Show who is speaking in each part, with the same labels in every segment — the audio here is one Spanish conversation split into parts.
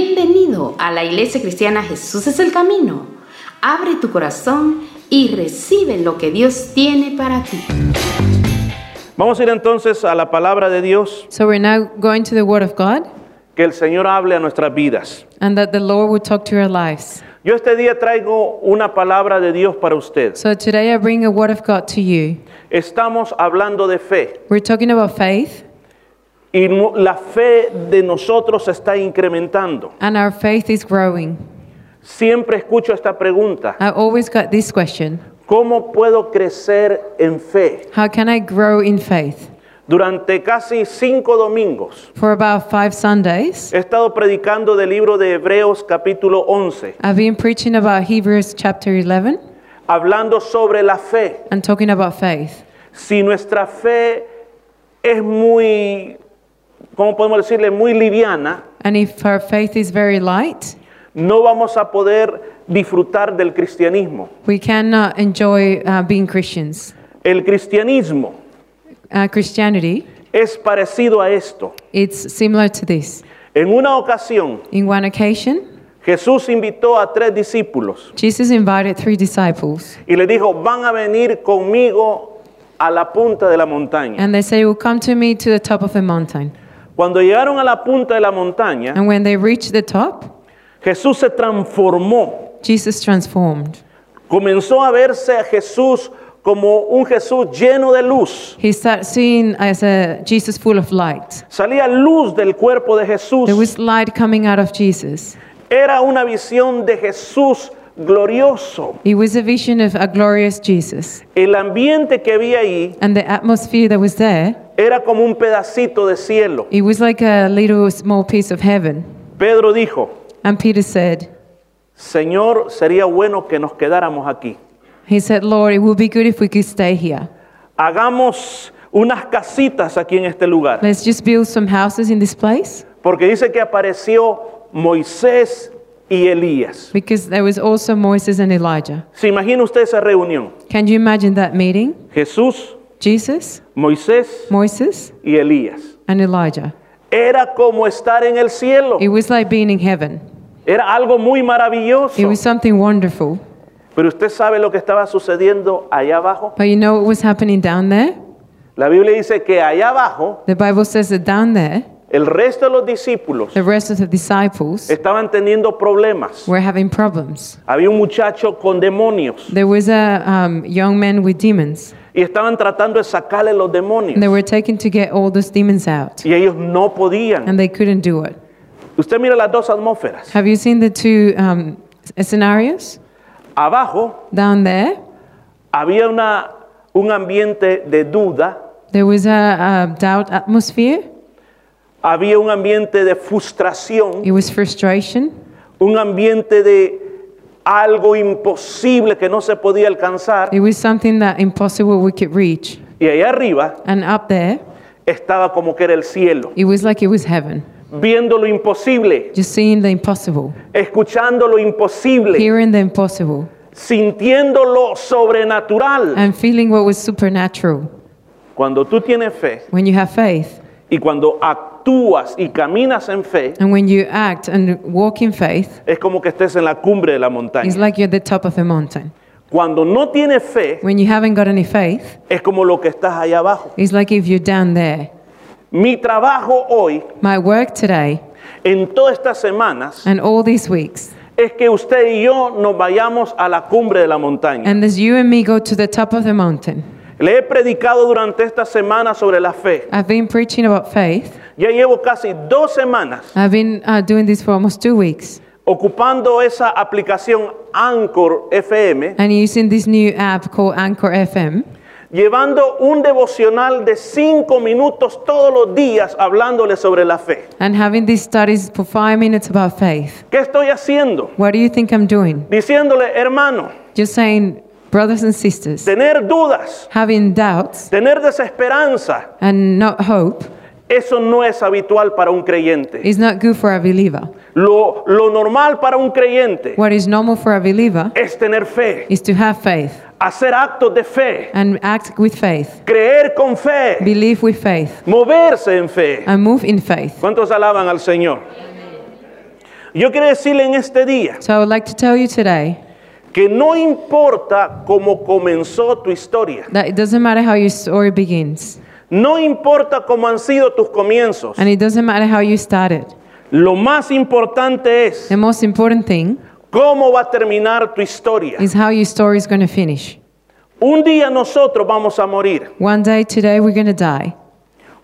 Speaker 1: bienvenido a la Iglesia Cristiana Jesús es el Camino. Abre tu corazón y recibe lo que Dios tiene para ti.
Speaker 2: Vamos a ir entonces a la palabra de Dios,
Speaker 3: So we're now going to the Word of God
Speaker 2: que el Señor hable a nuestras vidas.
Speaker 3: and that the Lord will talk to your lives.
Speaker 2: Yo este día traigo una palabra de Dios para usted.
Speaker 3: So today I bring a Word of God to you.
Speaker 2: Estamos hablando de fe
Speaker 3: We're talking about faith,
Speaker 2: y no- la fe de nosotros se está incrementando.
Speaker 3: and our faith is growing.
Speaker 2: Siempre escucho esta pregunta,
Speaker 3: I always got this question
Speaker 2: ¿cómo puedo crecer en fe?
Speaker 3: How can I grow in faith?
Speaker 2: Durante casi cinco domingos
Speaker 3: For about five Sundays,
Speaker 2: he estado predicando del libro de Hebreos capítulo 11,
Speaker 3: I've been preaching about Hebrews chapter 11
Speaker 2: hablando sobre la fe.
Speaker 3: and talking about faith.
Speaker 2: si nuestra fe es muy, ¿cómo podemos decirle? Muy liviana,
Speaker 3: And if our faith is very light,
Speaker 2: no vamos a poder disfrutar del cristianismo.
Speaker 3: we cannot enjoy uh, being Christians.
Speaker 2: El cristianismo
Speaker 3: Uh, Christianity,
Speaker 2: es parecido a esto.
Speaker 3: it's similar to this.
Speaker 2: En una ocasión,
Speaker 3: In one occasion,
Speaker 2: Jesús invitó a tres discípulos
Speaker 3: Jesus invited three disciples,
Speaker 2: y les dijo, van a venir conmigo a la punta de la montaña.
Speaker 3: and they say, "Well, come to me to the top of a mountain."
Speaker 2: Cuando llegaron a la punta de la montaña,
Speaker 3: And when they reached the top,
Speaker 2: Jesús se transformó
Speaker 3: Jesus transformed.
Speaker 2: Comenzó a verse a Jesús como un Jesús lleno de luz.
Speaker 3: He started seeing as a Jesus full of light.
Speaker 2: Salía luz del cuerpo de
Speaker 3: There
Speaker 2: Jesús.
Speaker 3: was light coming out of Jesus.
Speaker 2: Era una visión de Jesús glorioso.
Speaker 3: It was a vision of a glorious Jesus,
Speaker 2: El ambiente que había ahí
Speaker 3: and the atmosphere that was there,
Speaker 2: era como un pedacito de cielo.
Speaker 3: it was like a little small piece of heaven.
Speaker 2: Pedro dijo,
Speaker 3: And Peter said,
Speaker 2: Señor, sería bueno que nos quedáramos aquí.
Speaker 3: "He said, Lord, it would be good if we could stay here.
Speaker 2: Hagamos unas casitas aquí en este lugar.
Speaker 3: Let's just build some houses in this place."
Speaker 2: Porque dice que apareció Moisés y Elías.
Speaker 3: Because there was also Moses and Elijah.
Speaker 2: ¿Se imagina usted esa reunión?
Speaker 3: Can you imagine that meeting?
Speaker 2: Jesús,
Speaker 3: Jesus,
Speaker 2: Moisés
Speaker 3: Moses,
Speaker 2: y Elías.
Speaker 3: and Elijah.
Speaker 2: Era como estar en el cielo.
Speaker 3: It was like being in heaven.
Speaker 2: Era algo muy maravilloso.
Speaker 3: It was something wonderful.
Speaker 2: Pero usted sabe lo que estaba sucediendo allá abajo.
Speaker 3: But you know what was happening down there?
Speaker 2: La Biblia dice que allá abajo
Speaker 3: The Bible says that down there,
Speaker 2: el resto de los discípulos
Speaker 3: the rest of the disciples
Speaker 2: estaban teniendo problemas.
Speaker 3: were having problems.
Speaker 2: Había un muchacho con demonios
Speaker 3: There was a um, young man with demons,
Speaker 2: y estaban tratando de sacarle los
Speaker 3: and they
Speaker 2: demonios.
Speaker 3: were taken to get all those demons out,
Speaker 2: Y ellos no podían.
Speaker 3: and they couldn't do it.
Speaker 2: Usted mira las dos atmósferas.
Speaker 3: Have you seen the two um, s- scenarios?
Speaker 2: Abajo
Speaker 3: Down there,
Speaker 2: había una, un ambiente de duda,
Speaker 3: there was a, a doubt atmosphere,
Speaker 2: había un ambiente de frustración.
Speaker 3: it was frustration.
Speaker 2: un ambiente de algo imposible que no se podía alcanzar.
Speaker 3: It was something that impossible we could reach.
Speaker 2: Y allá arriba
Speaker 3: And up there,
Speaker 2: estaba como que era el cielo,
Speaker 3: it was like it was heaven.
Speaker 2: viendo lo imposible,
Speaker 3: Just seeing the impossible,
Speaker 2: escuchando lo imposible,
Speaker 3: hearing the impossible,
Speaker 2: sintiendo lo sobrenatural.
Speaker 3: and feeling what was supernatural.
Speaker 2: Cuando tú tienes fe
Speaker 3: When you have faith
Speaker 2: y cuando actúas y caminas en fe,
Speaker 3: and when you act and walk in faith,
Speaker 2: es como que estés en la cumbre de la
Speaker 3: it's
Speaker 2: montaña.
Speaker 3: like you're at the top of a mountain.
Speaker 2: Cuando no tienes fe,
Speaker 3: When you haven't got any faith,
Speaker 2: es como lo que estás allá abajo.
Speaker 3: it's like if you're down there.
Speaker 2: Mi trabajo hoy,
Speaker 3: My work today
Speaker 2: en todas estas semanas,
Speaker 3: and all these weeks,
Speaker 2: es que usted y yo nos vayamos a la cumbre de la montaña.
Speaker 3: and as you and me go to the top of the mountain,
Speaker 2: Le he predicado durante esta semana sobre la fe.
Speaker 3: I've been preaching about faith.
Speaker 2: Ya llevo casi dos semanas
Speaker 3: I've been uh, doing this for almost two weeks.
Speaker 2: ocupando esa aplicación Anchor FM,
Speaker 3: and using this new app called Anchor FM.
Speaker 2: llevando un devocional de cinco minutos todos los días hablándole sobre la fe.
Speaker 3: And having these studies for five minutes about faith.
Speaker 2: ¿Qué estoy haciendo?
Speaker 3: What do you think I'm doing?
Speaker 2: Diciéndole, hermano,
Speaker 3: Just saying, brothers and sisters,
Speaker 2: tener dudas,
Speaker 3: having doubts
Speaker 2: tener desesperanza,
Speaker 3: and not hope
Speaker 2: eso no es habitual para un creyente.
Speaker 3: is not good for a believer.
Speaker 2: Lo, lo normal para un creyente
Speaker 3: What is normal for a believer
Speaker 2: es tener fe.
Speaker 3: is to have faith
Speaker 2: hacer actos de fe,
Speaker 3: and act with faith,
Speaker 2: creer con fe,
Speaker 3: believe with faith,
Speaker 2: moverse en fe.
Speaker 3: and move in faith.
Speaker 2: ¿Cuántos alaban al Señor? Yo quiero decirle en este día
Speaker 3: So I would like to tell you today
Speaker 2: que no importa cómo comenzó tu historia,
Speaker 3: that it doesn't matter how your story begins,
Speaker 2: no importa cómo han sido tus comienzos,
Speaker 3: and it doesn't matter how you started.
Speaker 2: lo más importante es
Speaker 3: The most important thing
Speaker 2: cómo va a terminar tu historia.
Speaker 3: is how your story is going to finish.
Speaker 2: Un día nosotros vamos a morir
Speaker 3: One day today we're going to die,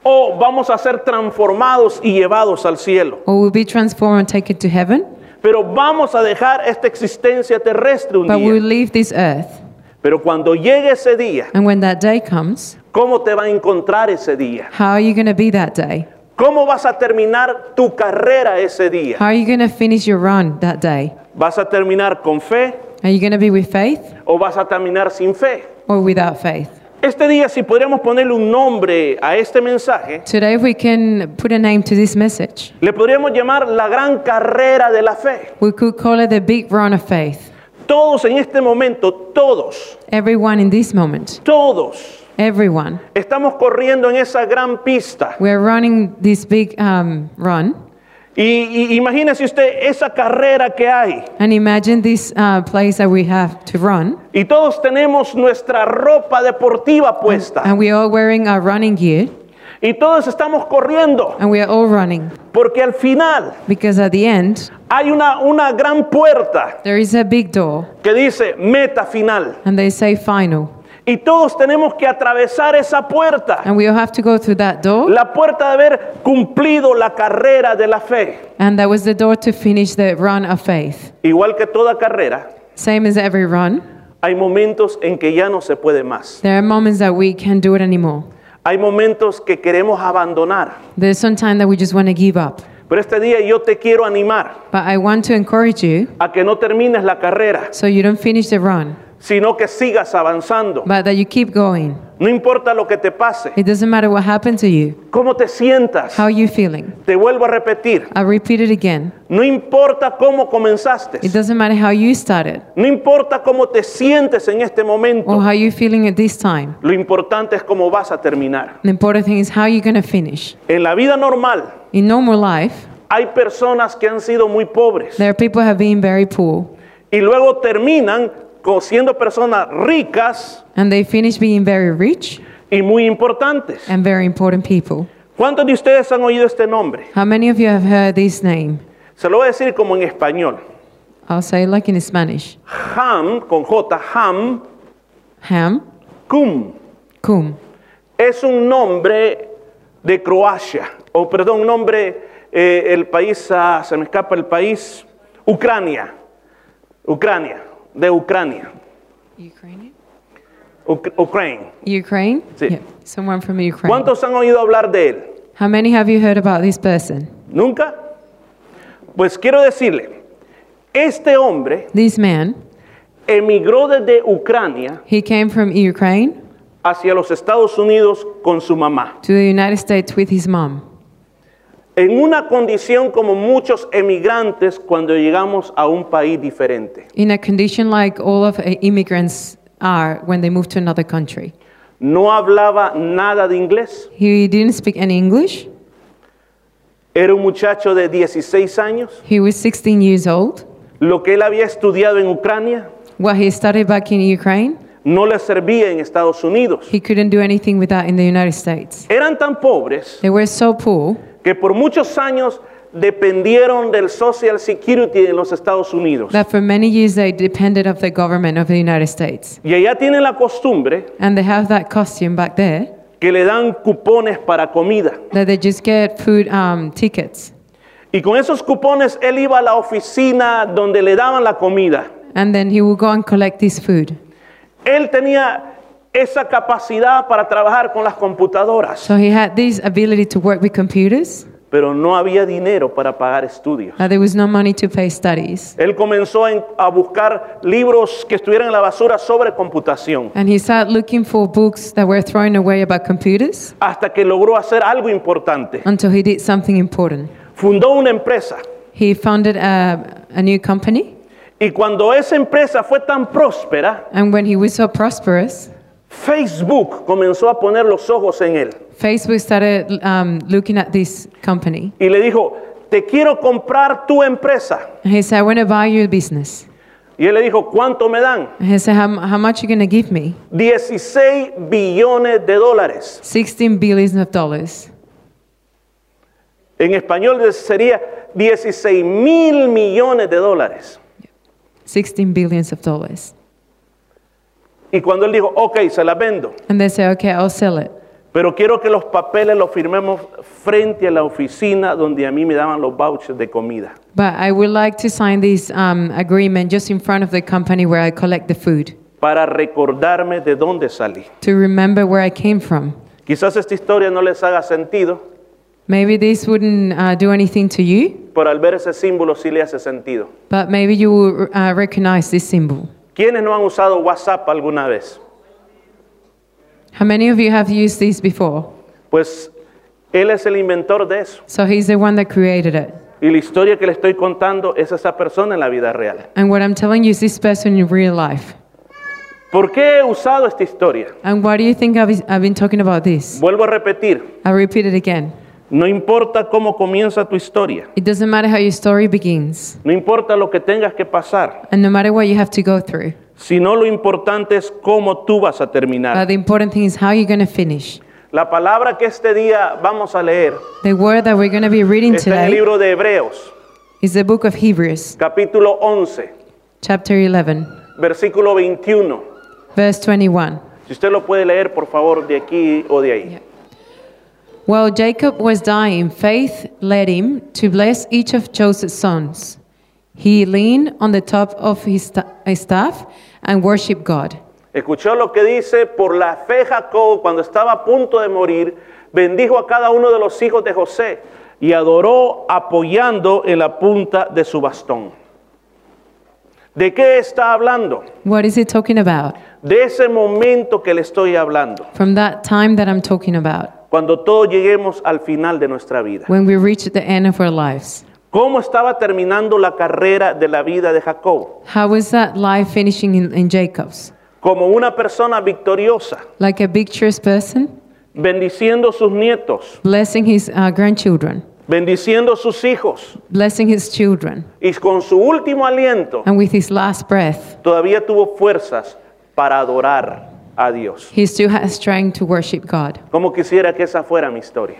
Speaker 2: o vamos a ser transformados y llevados al cielo,
Speaker 3: or we'll be transformed and taken to heaven,
Speaker 2: pero vamos a dejar esta existencia terrestre un
Speaker 3: but we'll
Speaker 2: día.
Speaker 3: leave this earth.
Speaker 2: Pero cuando llegue ese día,
Speaker 3: And when that day comes,
Speaker 2: ¿cómo te va a encontrar ese día?
Speaker 3: how are you going to be that day?
Speaker 2: ¿Cómo vas a terminar tu carrera ese día?
Speaker 3: How are you going to finish your run that day?
Speaker 2: ¿Vas a terminar con fe
Speaker 3: Are you going to be with faith
Speaker 2: o vas a terminar sin fe?
Speaker 3: or without faith?
Speaker 2: Este día, si podríamos ponerle un nombre a este mensaje,
Speaker 3: Today, if we can put a name to this message,
Speaker 2: le podríamos llamar la gran carrera de la fe.
Speaker 3: we could call it the big run of faith.
Speaker 2: Todos en este momento, todos,
Speaker 3: Everyone in this moment,
Speaker 2: todos,
Speaker 3: everyone,
Speaker 2: estamos corriendo en esa gran pista.
Speaker 3: we're running this big um, run.
Speaker 2: Y, y imagínese usted esa carrera que hay.
Speaker 3: And imagine this uh, place that we have to run.
Speaker 2: Y todos tenemos nuestra ropa deportiva puesta.
Speaker 3: And we are wearing our running gear,
Speaker 2: Y todos estamos corriendo.
Speaker 3: and we are all running
Speaker 2: Porque al final
Speaker 3: because at the end
Speaker 2: hay una, una gran puerta
Speaker 3: there is a big door,
Speaker 2: que dice meta final.
Speaker 3: and they say final,
Speaker 2: Y todos tenemos que atravesar esa puerta.
Speaker 3: and we all have to go through that door,
Speaker 2: La puerta de haber cumplido la carrera de la fe.
Speaker 3: and that was the door to finish the run of faith.
Speaker 2: Igual que toda carrera,
Speaker 3: Same as every run,
Speaker 2: hay momentos en que ya no se puede más.
Speaker 3: there are moments that we can't do it anymore.
Speaker 2: Hay momentos que queremos abandonar.
Speaker 3: There's some time that we just want to give up.
Speaker 2: Pero este día yo te quiero animar
Speaker 3: But I want to encourage you
Speaker 2: a que no termines la carrera,
Speaker 3: so you don't finish the run,
Speaker 2: sino que sigas avanzando.
Speaker 3: but that you keep going.
Speaker 2: No importa lo que te pase,
Speaker 3: It doesn't matter what happened to you,
Speaker 2: cómo te sientas.
Speaker 3: how are you feeling.
Speaker 2: Te vuelvo a repetir,
Speaker 3: I'll repeat it again.
Speaker 2: no importa cómo comenzaste.
Speaker 3: It doesn't matter how you started
Speaker 2: No importa cómo te sientes en este
Speaker 3: or
Speaker 2: momento,
Speaker 3: how you're feeling at this time.
Speaker 2: lo importante es cómo vas a terminar.
Speaker 3: The important thing is how you're going to finish.
Speaker 2: En la vida normal
Speaker 3: In normal life,
Speaker 2: hay personas que han sido muy pobres
Speaker 3: there are people who have been very poor
Speaker 2: y luego terminan co- siendo personas ricas
Speaker 3: and they finish being very rich
Speaker 2: y muy importantes.
Speaker 3: and very important people.
Speaker 2: ¿Cuántos de ustedes han oído este nombre?
Speaker 3: How many of you have heard this name?
Speaker 2: Se lo voy a decir como en español.
Speaker 3: I'll say like in Spanish.
Speaker 2: Ham, con J, Ham
Speaker 3: Ham,
Speaker 2: Kum.
Speaker 3: cum.
Speaker 2: Es un nombre de Croacia, o perdón, un nombre, eh, el país, ah, se me escapa el país, Ucrania. Ucrania, de Ucrania.
Speaker 3: Ukrainian?
Speaker 2: Uc- Ukraine.
Speaker 3: Ukraine?
Speaker 2: Sí.
Speaker 3: Yeah, Someone from Ukraine.
Speaker 2: ¿Cuántos han oído hablar de él?
Speaker 3: How many have you heard about this person?
Speaker 2: ¿Nunca? Pues quiero decirle, este hombre
Speaker 3: This man,
Speaker 2: emigró desde Ucrania
Speaker 3: he came from Ukraine
Speaker 2: hacia los Estados Unidos con su mamá,
Speaker 3: to the United States with his mom
Speaker 2: en una condición como muchos emigrantes cuando llegamos a un país diferente.
Speaker 3: in a condition like all of uh, immigrants are when they move to another country.
Speaker 2: No hablaba nada de inglés,
Speaker 3: He didn't speak any English.
Speaker 2: era un muchacho de 16 años,
Speaker 3: He was 16 years old.
Speaker 2: lo que él había estudiado en Ucrania
Speaker 3: What he studied back in Ukraine,
Speaker 2: no le servía en Estados Unidos.
Speaker 3: he couldn't do anything with that in the United States.
Speaker 2: Eran tan pobres
Speaker 3: They were so poor
Speaker 2: que por muchos años dependieron del Social Security en los Estados Unidos.
Speaker 3: that for many years they depended of the government of the United States.
Speaker 2: Y allá tienen la costumbre
Speaker 3: And they have that costume back there
Speaker 2: que le dan cupones para comida.
Speaker 3: that they just get food um, tickets.
Speaker 2: Y con esos cupones él iba a la oficina donde le daban la comida.
Speaker 3: And then he will go and collect this food.
Speaker 2: Él tenía esa capacidad para trabajar con las computadoras,
Speaker 3: So he had this ability to work with computers,
Speaker 2: pero no había dinero para pagar estudios.
Speaker 3: that there was no money to pay studies.
Speaker 2: Él comenzó en- a buscar libros que estuvieran en la basura sobre computación,
Speaker 3: And he started looking for books that were thrown away about computers
Speaker 2: hasta que logró hacer algo importante.
Speaker 3: until he did something important.
Speaker 2: Fundó una empresa
Speaker 3: He founded a, a new company,
Speaker 2: y cuando esa empresa fue tan próspera,
Speaker 3: and when he was so prosperous,
Speaker 2: Facebook comenzó a poner los ojos en él.
Speaker 3: Facebook started um, looking at this company
Speaker 2: Y le dijo, te quiero comprar tu empresa.
Speaker 3: And he said, I want to buy your business.
Speaker 2: Y él le dijo, ¿cuánto me dan?
Speaker 3: And he said, How, how much you going to give me?
Speaker 2: 16 billones de dólares.
Speaker 3: 16 billions of dollars.
Speaker 2: En español sería 16 mil millones de dólares.
Speaker 3: 16 billions of dollars.
Speaker 2: Y cuando él dijo, ok, se la vendo,
Speaker 3: And they said, okay, I'll sell it.
Speaker 2: pero quiero que los papeles los firmemos frente a la oficina donde a mí me daban los vouchers de comida.
Speaker 3: But I would like to sign this um, agreement just in front of the company where I collect the food
Speaker 2: para recordarme de dónde salí.
Speaker 3: to remember where I came from.
Speaker 2: Quizás esta historia no les haga sentido,
Speaker 3: Maybe this wouldn't uh, do anything to you,
Speaker 2: pero al ver ese símbolo sí le hace sentido.
Speaker 3: but maybe you will uh, recognize this symbol.
Speaker 2: ¿Quiénes no han usado WhatsApp alguna vez?
Speaker 3: How many of you have used this before?
Speaker 2: Pues él es el inventor de eso.
Speaker 3: So he's the one that created it.
Speaker 2: Y la historia que le estoy contando es esa persona en la vida real.
Speaker 3: And what I'm telling you is this person in real life.
Speaker 2: ¿Por qué he usado esta historia?
Speaker 3: And why do you think I've, I've been talking about this?
Speaker 2: Vuelvo a repetir,
Speaker 3: I'll repeat it again.
Speaker 2: no importa cómo comienza tu historia,
Speaker 3: It doesn't matter how your story begins,
Speaker 2: no importa lo que tengas que pasar,
Speaker 3: and no matter what you have to go through,
Speaker 2: sino lo importante es cómo tú vas a
Speaker 3: but
Speaker 2: terminar.
Speaker 3: the important thing is how you're going to finish.
Speaker 2: La palabra que este día vamos a leer
Speaker 3: The word that we're going to be reading
Speaker 2: está en el
Speaker 3: today
Speaker 2: libro de Hebreos.
Speaker 3: is the book of Hebrews,
Speaker 2: capítulo 11,
Speaker 3: chapter 11,
Speaker 2: versículo 21.
Speaker 3: verse 21.
Speaker 2: Si usted lo puede leer, por favor, de aquí o de ahí.
Speaker 3: While Jacob was dying, faith led him to bless each of Joseph's sons. He leaned on the top of his, sta- his staff and worshiped God.
Speaker 2: Escuchó lo que dice, por la fe Jacob, cuando estaba a punto de morir, bendijo a cada uno de los hijos de José y adoró apoyando en la punta de su bastón. ¿De qué está hablando?
Speaker 3: What is he talking about?
Speaker 2: De ese momento que le estoy hablando,
Speaker 3: From that time that I'm talking about,
Speaker 2: cuando todos lleguemos al final de nuestra vida.
Speaker 3: when we reach the end of our lives.
Speaker 2: ¿Cómo estaba terminando la carrera de la vida de Jacob?
Speaker 3: How is that life finishing in, in Jacob's?
Speaker 2: como una persona victoriosa,
Speaker 3: Like a victorious person,
Speaker 2: bendiciendo sus nietos,
Speaker 3: blessing his uh, grandchildren,
Speaker 2: bendiciendo sus hijos,
Speaker 3: blessing his children,
Speaker 2: y con su último aliento
Speaker 3: and with his last breath,
Speaker 2: todavía tuvo fuerzas para adorar a Dios.
Speaker 3: he still has strength to worship God.
Speaker 2: Como quisiera que esa fuera mi historia,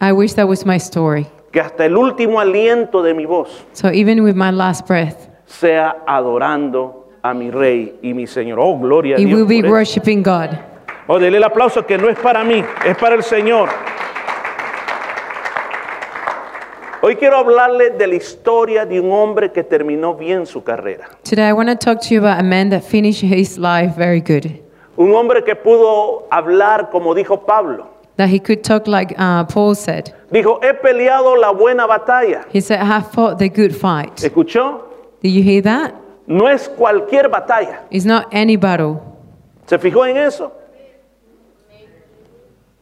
Speaker 3: I wish that was my story.
Speaker 2: que hasta el último aliento de mi voz
Speaker 3: So even with my last breath,
Speaker 2: sea adorando a mi Rey y mi Señor. Oh, gloria a
Speaker 3: it
Speaker 2: Dios.
Speaker 3: will be
Speaker 2: por eso.
Speaker 3: worshiping God.
Speaker 2: Oh, dele el aplauso que no es para mí, es para el Señor. Hoy quiero hablarle de la historia de un hombre que terminó bien su carrera.
Speaker 3: Today I want to talk to you about a man that finished his life very good.
Speaker 2: Un hombre que pudo hablar como dijo Pablo.
Speaker 3: That he could talk like uh, Paul said.
Speaker 2: Dijo, he peleado la buena batalla.
Speaker 3: He said, I have fought the good fight.
Speaker 2: ¿Escuchó?
Speaker 3: Did you hear that?
Speaker 2: No es cualquier batalla.
Speaker 3: It's not any battle.
Speaker 2: ¿Se fijó en eso?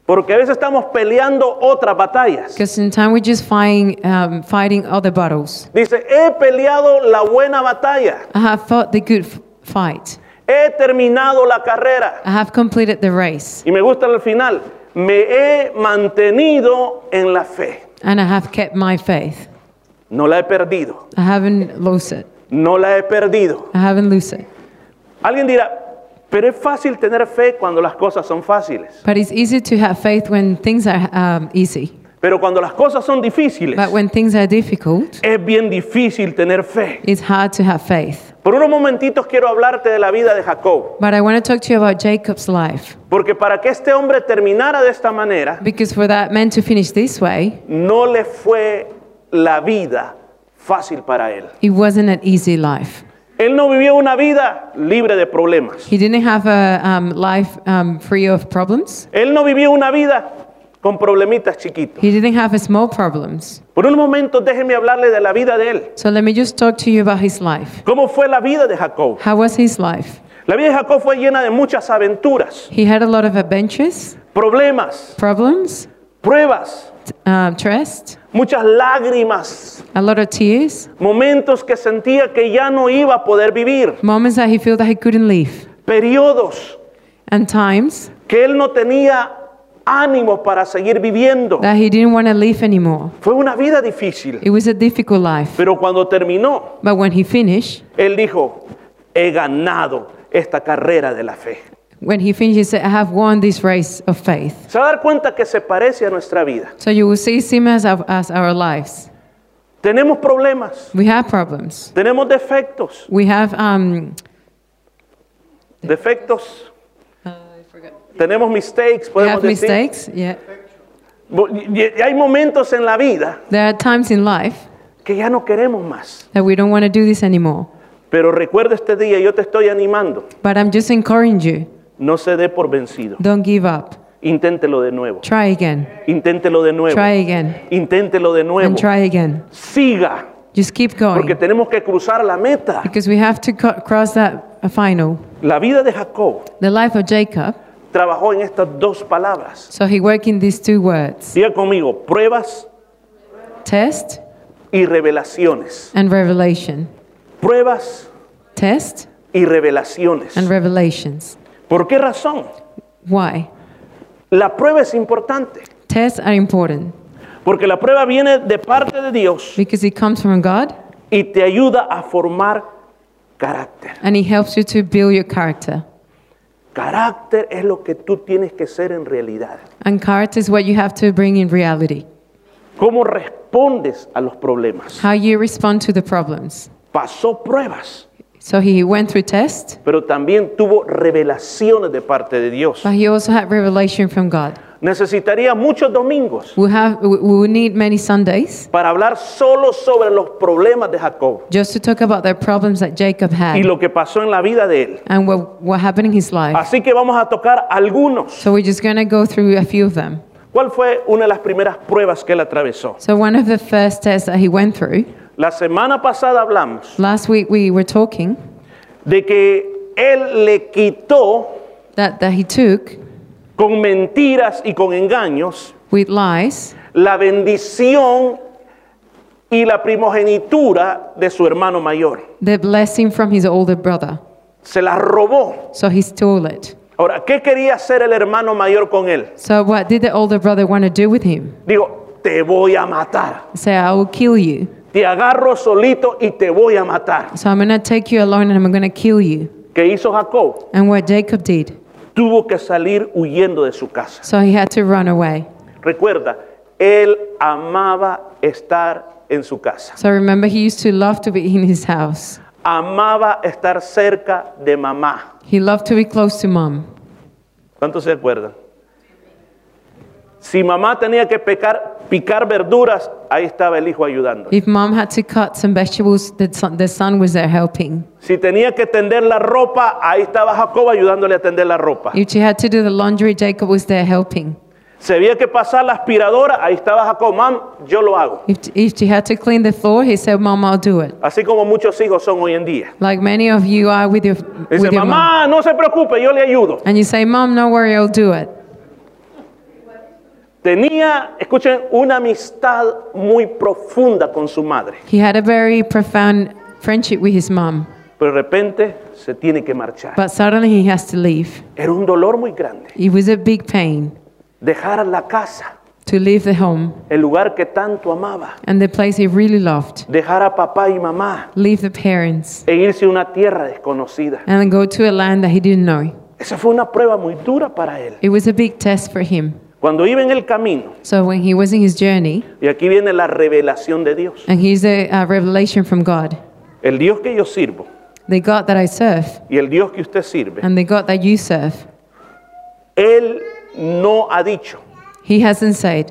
Speaker 2: Porque a veces estamos peleando otras batallas.
Speaker 3: Because in time we're just fighting, um, fighting other battles.
Speaker 2: Dice, he peleado la buena batalla.
Speaker 3: I have fought the good f- fight.
Speaker 2: He terminado la carrera.
Speaker 3: I have completed the race.
Speaker 2: Y me gusta el final. Me he mantenido en la fe.
Speaker 3: And I have kept my faith.
Speaker 2: No la he perdido.
Speaker 3: I haven't lost it.
Speaker 2: No la he perdido.
Speaker 3: I haven't lost it.
Speaker 2: Alguien dirá, pero es fácil tener fe cuando las cosas son fáciles.
Speaker 3: But it's easy to have faith when things are um, easy.
Speaker 2: Pero cuando las cosas son difíciles,
Speaker 3: But when things are difficult,
Speaker 2: es bien difícil tener fe.
Speaker 3: it's hard to have faith.
Speaker 2: Por unos momentitos quiero hablarte de la vida de Jacob,
Speaker 3: But I want to talk to you about Jacob's life.
Speaker 2: porque para que este hombre terminara de esta manera,
Speaker 3: Because for that man to finish this way,
Speaker 2: no le fue la vida fácil para él.
Speaker 3: it wasn't an easy life.
Speaker 2: Él no vivió una vida libre de problemas.
Speaker 3: He didn't have a um, life um, free of problems.
Speaker 2: Él no vivió una vida con problemitas chiquitos.
Speaker 3: He didn't have small problems.
Speaker 2: Por un momento déjenme hablarle de la vida de él.
Speaker 3: So let me just talk to you about his life.
Speaker 2: ¿Cómo fue la vida de Jacob?
Speaker 3: How was his life?
Speaker 2: La vida de Jacob fue llena de muchas aventuras,
Speaker 3: He had a lot of adventures,
Speaker 2: problemas,
Speaker 3: problems,
Speaker 2: pruebas,
Speaker 3: t- um, trust,
Speaker 2: muchas lágrimas,
Speaker 3: a lot of tears,
Speaker 2: momentos que sentía que ya no iba a poder vivir,
Speaker 3: moments that he felt that he couldn't live,
Speaker 2: periodos
Speaker 3: and times
Speaker 2: que él no tenía ánimos para seguir viviendo.
Speaker 3: that he didn't want to live anymore.
Speaker 2: Fue una vida difícil,
Speaker 3: It was a difficult life.
Speaker 2: pero cuando terminó,
Speaker 3: But when he finished,
Speaker 2: él dijo, he ganado esta carrera de la fe.
Speaker 3: when he finished, he said, I have won this race of faith.
Speaker 2: Se va a dar cuenta que se parece a nuestra vida.
Speaker 3: So you will see him as our, as our lives.
Speaker 2: Tenemos problemas,
Speaker 3: We have problems.
Speaker 2: tenemos defectos,
Speaker 3: We have, um,
Speaker 2: defectos,
Speaker 3: uh, I forgot.
Speaker 2: tenemos mistakes,
Speaker 3: We
Speaker 2: podemos
Speaker 3: have
Speaker 2: decir.
Speaker 3: mistakes. Yeah.
Speaker 2: Bo- Y y hay momentos en la vida
Speaker 3: There are times in life
Speaker 2: que ya no queremos más.
Speaker 3: that we don't want to do this anymore.
Speaker 2: Pero recuerda este día, yo te estoy animando.
Speaker 3: But I'm just encouraging you
Speaker 2: No se dé por vencido.
Speaker 3: don't give up.
Speaker 2: Inténtelo de nuevo.
Speaker 3: Try again.
Speaker 2: Inténtelo de nuevo.
Speaker 3: Try again.
Speaker 2: Inténtelo de nuevo.
Speaker 3: And try again.
Speaker 2: Siga,
Speaker 3: Just keep
Speaker 2: porque
Speaker 3: going.
Speaker 2: tenemos que cruzar la meta.
Speaker 3: Because we have to co- cross that uh, final.
Speaker 2: La vida de Jacob
Speaker 3: The life of Jacob.
Speaker 2: trabajó en estas dos palabras.
Speaker 3: So he worked in these two words
Speaker 2: Siga conmigo, pruebas
Speaker 3: test
Speaker 2: y revelaciones.
Speaker 3: and revelation.
Speaker 2: Pruebas
Speaker 3: Test
Speaker 2: y revelaciones.
Speaker 3: and revelations.
Speaker 2: ¿Por qué razón?
Speaker 3: Why?
Speaker 2: La prueba es importante,
Speaker 3: Tests are important
Speaker 2: porque la prueba viene de parte de Dios
Speaker 3: because it comes from God
Speaker 2: y te ayuda a formar carácter.
Speaker 3: and it helps you to build your character.
Speaker 2: Carácter es lo que tú tienes que ser en realidad.
Speaker 3: And character is what you have to bring in reality.
Speaker 2: ¿Cómo respondes a los problemas?
Speaker 3: How you respond to the problems.
Speaker 2: Pasó pruebas,
Speaker 3: So he went through tests,
Speaker 2: pero también tuvo revelaciones de parte de Dios.
Speaker 3: but he also had revelation from God.
Speaker 2: Necesitaría muchos domingos
Speaker 3: We have we we will need many Sundays
Speaker 2: para hablar solo sobre los problemas de Jacob
Speaker 3: just to talk about the problems that Jacob
Speaker 2: y
Speaker 3: had
Speaker 2: lo Ah. que pasó en la vida de él.
Speaker 3: and what, what happened in his life.
Speaker 2: Así que vamos a tocar algunos.
Speaker 3: So we're just gonna go through a few of them.
Speaker 2: ¿Cuál fue una de las primeras pruebas que él atravesó?
Speaker 3: So one of the first tests that he went through
Speaker 2: La semana pasada hablamos
Speaker 3: last week we were talking
Speaker 2: de que él le quitó
Speaker 3: that, that he took
Speaker 2: con mentiras y con engaños
Speaker 3: with lies
Speaker 2: la bendición y la primogenitura de su hermano mayor.
Speaker 3: the blessing from his older brother.
Speaker 2: Se la robó.
Speaker 3: So he stole it.
Speaker 2: Ahora, ¿qué quería hacer el hermano mayor con él?
Speaker 3: So what did the older brother want to do with him?
Speaker 2: Digo, te voy a matar.
Speaker 3: He said, I will kill you.
Speaker 2: Te agarro solito y te voy a matar.
Speaker 3: So I'm gonna take you alone and I'm gonna kill you.
Speaker 2: ¿Qué hizo Jacob?
Speaker 3: And what Jacob did,
Speaker 2: Tuvo que salir huyendo de su casa.
Speaker 3: so he had to run away.
Speaker 2: Recuerda, él amaba estar en su casa.
Speaker 3: So remember, he used to love to be in his house.
Speaker 2: Amaba estar cerca de mamá.
Speaker 3: He loved to be close to mom.
Speaker 2: ¿Cuántos se acuerdan? Si mamá tenía que pecar- picar verduras, ahí estaba el hijo ayudando.
Speaker 3: If mom had to cut some vegetables, the son, the son was there helping.
Speaker 2: Si tenía que tender la ropa, ahí estaba Jacob ayudándole a tender la ropa.
Speaker 3: If she had to do the laundry, Jacob was there helping.
Speaker 2: Se había que pasar la aspiradora, ahí estaba Jacob. Mam, yo lo hago.
Speaker 3: If, if she had to clean the floor, he said, Mom, I'll do it.
Speaker 2: Así como muchos hijos son hoy en día.
Speaker 3: Like many of you are with your,
Speaker 2: Dice,
Speaker 3: with your mom.
Speaker 2: mamá, no se preocupe, yo le ayudo.
Speaker 3: And you say, Mom, no worry, I'll do it.
Speaker 2: Tenía, escuchen, una amistad muy profunda con su madre,
Speaker 3: He had a very profound friendship with his mom,
Speaker 2: pero de repente se tiene que marchar.
Speaker 3: but suddenly he has to leave.
Speaker 2: Era un dolor muy grande.
Speaker 3: It was a big pain
Speaker 2: Dejar la casa,
Speaker 3: to leave the home
Speaker 2: el lugar que tanto amaba,
Speaker 3: and the place he really loved,
Speaker 2: dejar a papá y mamá
Speaker 3: leave the parents,
Speaker 2: e irse a una tierra desconocida.
Speaker 3: and go to a land that he didn't know.
Speaker 2: Esa fue una prueba muy dura para él.
Speaker 3: It was a big test for him.
Speaker 2: Cuando iba en el camino,
Speaker 3: So when he was in his journey,
Speaker 2: y aquí viene la revelación de Dios,
Speaker 3: and he's a, a revelation from God,
Speaker 2: el Dios que yo sirvo
Speaker 3: the God that I serve
Speaker 2: y el Dios que usted sirve,
Speaker 3: and the God that you serve,
Speaker 2: Él no ha dicho,
Speaker 3: he hasn't said,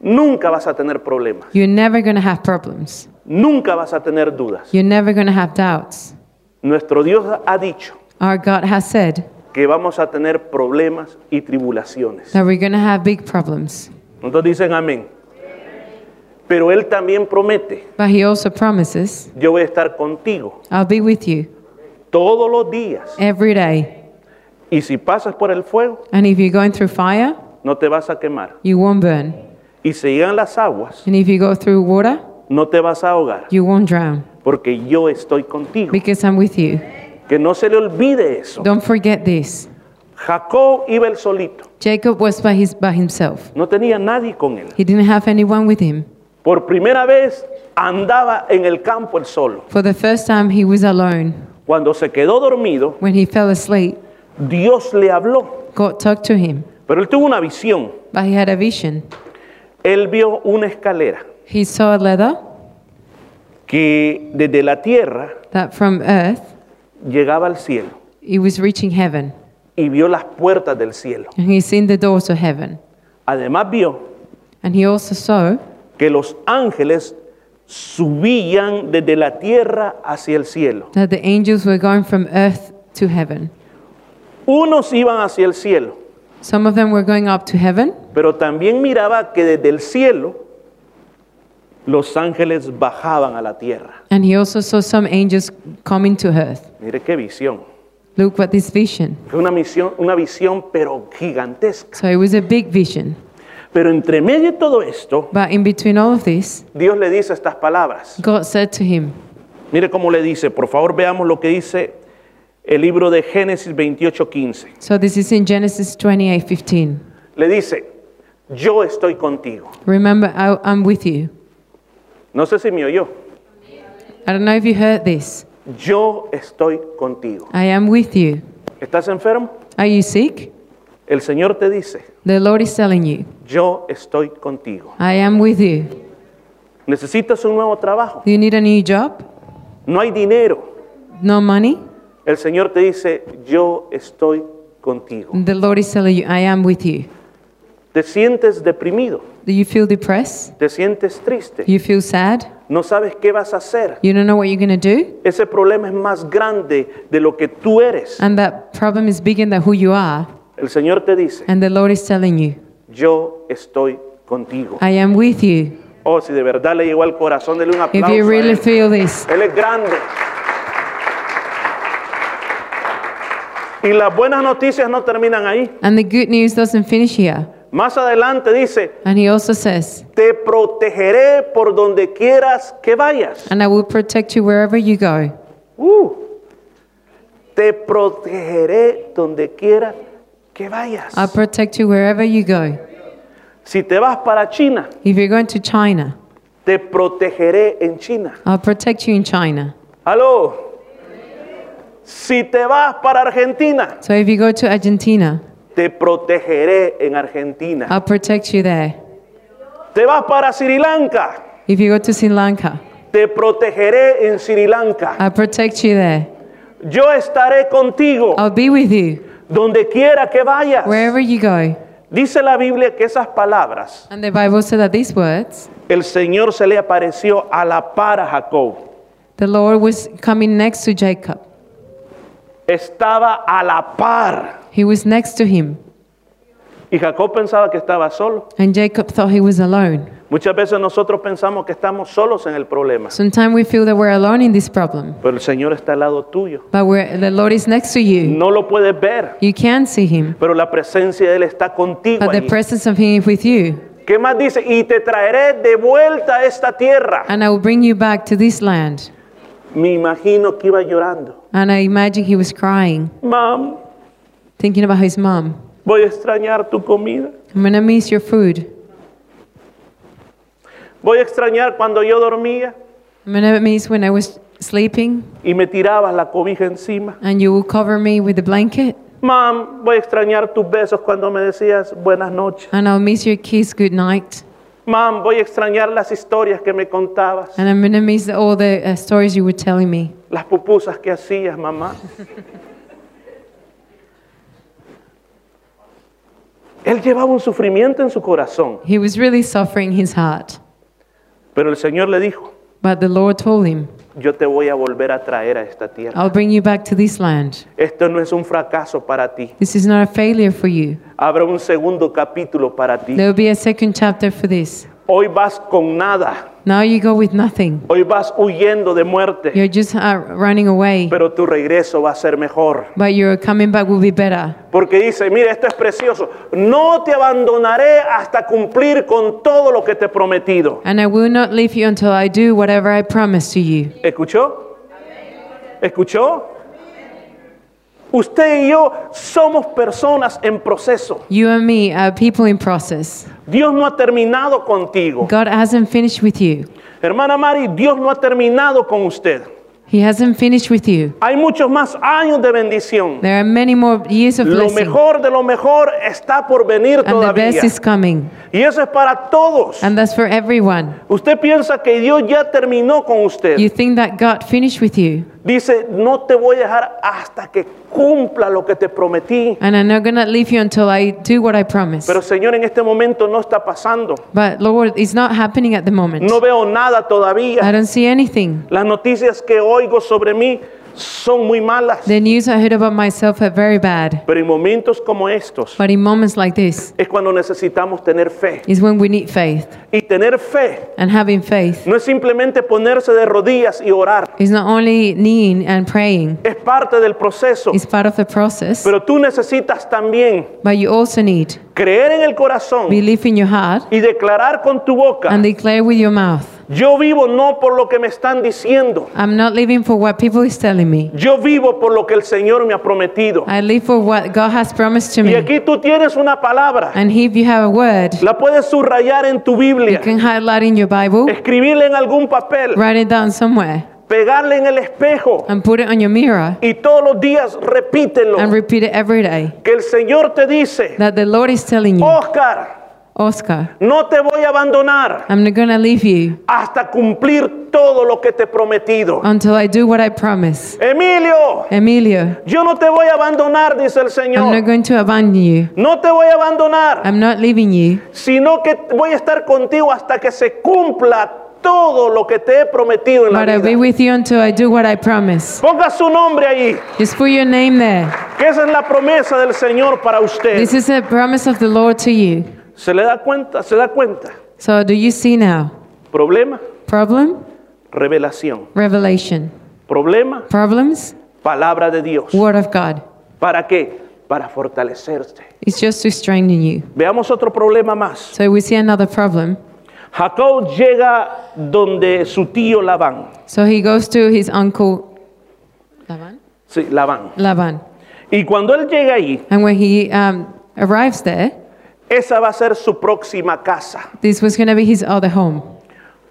Speaker 2: nunca vas a tener problemas,
Speaker 3: You're never going to have problems.
Speaker 2: nunca vas a tener dudas.
Speaker 3: You're never going to have doubts.
Speaker 2: Nuestro Dios ha dicho
Speaker 3: Our God has said
Speaker 2: que vamos a tener problemas y tribulaciones.
Speaker 3: that we're going to have big problems.
Speaker 2: Entonces dicen amén. Pero Él también promete,
Speaker 3: But He also promises,
Speaker 2: yo voy a estar contigo
Speaker 3: I'll be with you
Speaker 2: todos los días.
Speaker 3: every day.
Speaker 2: Y si pasas por el fuego,
Speaker 3: And if you're going through fire,
Speaker 2: no te vas a quemar.
Speaker 3: you won't burn.
Speaker 2: Y si llegan las aguas,
Speaker 3: And if you go through water,
Speaker 2: no te vas a ahogar,
Speaker 3: you won't drown
Speaker 2: porque yo estoy contigo.
Speaker 3: because I'm with you.
Speaker 2: Que no se le olvide eso.
Speaker 3: Don't forget this.
Speaker 2: Jacob iba él solito,
Speaker 3: Jacob was by, his, by himself.
Speaker 2: no tenía nadie con él.
Speaker 3: He didn't have anyone with him.
Speaker 2: Por primera vez andaba en el campo él solo.
Speaker 3: For the first time, he was alone.
Speaker 2: Cuando se quedó dormido,
Speaker 3: When he fell asleep,
Speaker 2: Dios le habló,
Speaker 3: God talked to him,
Speaker 2: pero él tuvo una visión.
Speaker 3: but he had a vision.
Speaker 2: Él vio una escalera
Speaker 3: He saw a ladder
Speaker 2: que desde la tierra
Speaker 3: that from earth
Speaker 2: llegaba al cielo
Speaker 3: it was reaching heaven,
Speaker 2: y vio las puertas del cielo.
Speaker 3: and he seen the doors of heaven.
Speaker 2: Además vio
Speaker 3: And he also saw
Speaker 2: que los ángeles subían desde la tierra hacia el cielo.
Speaker 3: that the angels were going from earth to heaven.
Speaker 2: Unos iban hacia el cielo,
Speaker 3: Some of them were going up to heaven,
Speaker 2: pero también miraba que desde el cielo los ángeles bajaban a la tierra.
Speaker 3: and he also saw some angels coming to earth.
Speaker 2: Mire qué visión.
Speaker 3: Look what this vision.
Speaker 2: Fue una, misión, una visión pero gigantesca.
Speaker 3: So it was a big vision.
Speaker 2: Pero entre medio de todo esto,
Speaker 3: But in between all of this,
Speaker 2: Dios le dice estas palabras.
Speaker 3: God said to him,
Speaker 2: Mire cómo le dice, por favor veamos lo que dice el libro de Génesis 28:15.
Speaker 3: so this is in Genesis 28 15.
Speaker 2: Le dice, yo estoy contigo.
Speaker 3: Remember, I, I'm with you.
Speaker 2: No sé si me oyó.
Speaker 3: I don't know if you heard this.
Speaker 2: Yo estoy contigo.
Speaker 3: I am with you.
Speaker 2: ¿Estás enfermo?
Speaker 3: Are you sick?
Speaker 2: El Señor te dice,
Speaker 3: The Lord is telling you,
Speaker 2: yo estoy contigo.
Speaker 3: I am with you.
Speaker 2: Necesitas un nuevo trabajo.
Speaker 3: Do you need a new job?
Speaker 2: No hay dinero.
Speaker 3: No money?
Speaker 2: El Señor te dice, yo estoy contigo.
Speaker 3: The Lord is telling you, I am with you.
Speaker 2: Te sientes deprimido.
Speaker 3: Do you feel depressed?
Speaker 2: Te sientes triste.
Speaker 3: You feel sad?
Speaker 2: No sabes qué vas a hacer.
Speaker 3: You don't know what you're going to do?
Speaker 2: Ese problema es más grande de lo que tú eres.
Speaker 3: And that problem is bigger than who you are.
Speaker 2: El Señor te dice,
Speaker 3: And the Lord is telling you,
Speaker 2: yo estoy contigo.
Speaker 3: I am with you.
Speaker 2: Oh, si de verdad le llegó al corazón, dele un
Speaker 3: If
Speaker 2: aplauso.
Speaker 3: you
Speaker 2: a
Speaker 3: really
Speaker 2: él.
Speaker 3: feel this,
Speaker 2: Él es grande. Y las buenas noticias no terminan ahí.
Speaker 3: and the good news doesn't finish here.
Speaker 2: Más adelante dice,
Speaker 3: And he also says,
Speaker 2: te protegeré por donde quieras que vayas.
Speaker 3: And I will protect you wherever you go.
Speaker 2: Uh. te protegeré donde quiera que vayas.
Speaker 3: I'll protect you wherever you go.
Speaker 2: Si te vas para China,
Speaker 3: If you're going to China,
Speaker 2: te protegeré en China.
Speaker 3: I'll protect you in China.
Speaker 2: Aló. Si te vas para Argentina,
Speaker 3: So if you go to Argentina,
Speaker 2: te protegeré en Argentina.
Speaker 3: I'll protect you there.
Speaker 2: Te vas para Sri Lanka,
Speaker 3: If you go to Sri Lanka,
Speaker 2: Te protegeré en Sri Lanka.
Speaker 3: I'll protect you there.
Speaker 2: Yo estaré contigo
Speaker 3: I'll be with you
Speaker 2: donde quiera que vayas.
Speaker 3: Ah. wherever you go.
Speaker 2: Dice la Biblia que esas palabras
Speaker 3: And the Bible said that these words,
Speaker 2: el Señor se le apareció a la par a Jacob.
Speaker 3: the Lord was coming next to Jacob.
Speaker 2: Estaba a la par.
Speaker 3: He was next to him.
Speaker 2: Y Jacob pensaba que estaba solo.
Speaker 3: And Jacob thought he was alone.
Speaker 2: Muchas veces nosotros pensamos que estamos solos en el problema.
Speaker 3: Sometimes we feel that we're alone in this problem,
Speaker 2: Pero el Señor está al lado tuyo.
Speaker 3: but we're, the Lord is next to you.
Speaker 2: No lo puedes ver,
Speaker 3: You can see him,
Speaker 2: pero la presencia de Él está contigo.
Speaker 3: but the
Speaker 2: ahí.
Speaker 3: presence of him is with you.
Speaker 2: ¿Qué más dice? Y te traeré de vuelta a esta tierra.
Speaker 3: And I will bring you back to this land.
Speaker 2: Me imagino que iba llorando.
Speaker 3: And I imagine he was crying,
Speaker 2: Mam,
Speaker 3: thinking about his mom.
Speaker 2: voy a extrañar tu comida.
Speaker 3: I'm going to miss your food.
Speaker 2: Voy a extrañar cuando yo dormía
Speaker 3: I'm going to miss when I was sleeping
Speaker 2: y me tirabas la cobija encima.
Speaker 3: and you will cover me with a blanket.
Speaker 2: Mam, voy a extrañar tus besos cuando me decías buenas noches.
Speaker 3: And I'll miss your kiss good night.
Speaker 2: Mam, voy a extrañar las historias que me contabas,
Speaker 3: And I'm going to miss all the uh, stories you were telling me.
Speaker 2: las pupusas que hacías, mamá. Él llevaba un sufrimiento en su corazón,
Speaker 3: He was really suffering his heart.
Speaker 2: pero el Señor le dijo,
Speaker 3: But the Lord told him,
Speaker 2: yo te voy a volver a traer a esta tierra.
Speaker 3: I'll bring you back to this land.
Speaker 2: Esto no es un fracaso para ti.
Speaker 3: This is not a failure for you.
Speaker 2: Habrá un segundo capítulo para ti.
Speaker 3: There will be a second chapter for this.
Speaker 2: Hoy vas con nada.
Speaker 3: Now you go with nothing.
Speaker 2: Hoy vas huyendo de muerte.
Speaker 3: You're just uh, running away.
Speaker 2: Pero tu regreso va a ser mejor.
Speaker 3: But your coming back will be better.
Speaker 2: Porque dice, mira, esto es precioso. No te abandonaré hasta cumplir con todo lo que te he prometido.
Speaker 3: And I will not leave you until I do whatever I promise to you.
Speaker 2: ¿Escuchó? ¿Escuchó? Usted y yo somos personas en proceso.
Speaker 3: You and me are people in process.
Speaker 2: Dios no ha terminado contigo.
Speaker 3: God hasn't finished with you.
Speaker 2: Hermana Mari, Dios no ha terminado con usted.
Speaker 3: He hasn't finished with you.
Speaker 2: Hay muchos más años de bendición.
Speaker 3: There are many more years of
Speaker 2: Lo
Speaker 3: blessing,
Speaker 2: mejor de lo mejor está por venir
Speaker 3: and the
Speaker 2: todavía.
Speaker 3: best is coming,
Speaker 2: Y eso es para todos.
Speaker 3: and that's for everyone.
Speaker 2: Usted piensa que Dios ya terminó con usted.
Speaker 3: You think that God finished with you,
Speaker 2: Dice, no te voy a dejar hasta que cumpla lo que te prometí.
Speaker 3: and I'm not gonna leave you until I do what I promise.
Speaker 2: Pero Señor, en este momento no está pasando.
Speaker 3: But Lord, it's not happening at the moment.
Speaker 2: No veo nada
Speaker 3: I
Speaker 2: todavía.
Speaker 3: don't see anything.
Speaker 2: Las noticias que oigo sobre mí son muy malas.
Speaker 3: The news I heard about myself are very bad.
Speaker 2: Pero en momentos como estos
Speaker 3: But in moments like this
Speaker 2: es cuando necesitamos tener fe.
Speaker 3: is when we need faith.
Speaker 2: Y tener fe
Speaker 3: And having faith
Speaker 2: no es simplemente ponerse de rodillas y orar.
Speaker 3: is not only kneeling and praying,
Speaker 2: Es parte del proceso.
Speaker 3: it's part of the process,
Speaker 2: Pero tú necesitas también
Speaker 3: but you also need
Speaker 2: creer en el corazón
Speaker 3: belief in your heart
Speaker 2: y declarar con tu boca.
Speaker 3: and declare with your mouth.
Speaker 2: Yo vivo no por lo que me están diciendo.
Speaker 3: I'm not living for what people is telling me.
Speaker 2: Yo vivo por lo que el Señor me ha prometido.
Speaker 3: I live for what God has promised to
Speaker 2: Y
Speaker 3: me.
Speaker 2: aquí tú tienes una palabra.
Speaker 3: And if you have a word,
Speaker 2: La puedes subrayar en tu
Speaker 3: you
Speaker 2: Biblia.
Speaker 3: can highlight in your Bible,
Speaker 2: Escribirla en algún papel.
Speaker 3: write it down somewhere,
Speaker 2: Pegarla en el espejo.
Speaker 3: and put it on your mirror
Speaker 2: Y todos los días repítelo.
Speaker 3: and repeat it every day.
Speaker 2: Que el Señor te dice,
Speaker 3: That the Lord is telling you,
Speaker 2: Oscar,
Speaker 3: Oscar,
Speaker 2: no te voy a abandonar
Speaker 3: I'm not going to leave you
Speaker 2: hasta cumplir todo lo que te he prometido.
Speaker 3: until I do what I promise.
Speaker 2: Emilio,
Speaker 3: Emilio,
Speaker 2: yo no te voy a abandonar, dice el
Speaker 3: I'm not
Speaker 2: Señor.
Speaker 3: going to abandon you.
Speaker 2: No te voy a abandonar.
Speaker 3: I'm not leaving you.
Speaker 2: sino que voy a estar contigo hasta que se cumpla todo lo que te he prometido en la
Speaker 3: But I'll be
Speaker 2: vida.
Speaker 3: with you until I do what I promise.
Speaker 2: Ponga su nombre ahí,
Speaker 3: Just put your name there.
Speaker 2: que esa es la promesa del Señor para usted.
Speaker 3: This is a promise of the Lord to you.
Speaker 2: ¿Se le da cuenta? ¿Se da cuenta?
Speaker 3: So do you see now?
Speaker 2: Problema,
Speaker 3: Problem?
Speaker 2: revelación.
Speaker 3: Revelation.
Speaker 2: Problema,
Speaker 3: Problems?
Speaker 2: palabra de Dios.
Speaker 3: Word of God.
Speaker 2: ¿Para qué? Para fortalecerse.
Speaker 3: It's just to strengthen you.
Speaker 2: Veamos otro problema más.
Speaker 3: So we see another problem.
Speaker 2: Jacob llega donde su tío Labán.
Speaker 3: So he goes to his uncle Laban.
Speaker 2: Sí, Labán.
Speaker 3: Laban.
Speaker 2: Y cuando él llega allí,
Speaker 3: And when he um, arrives there,
Speaker 2: esa va a ser su próxima casa.
Speaker 3: This was going to be his other home.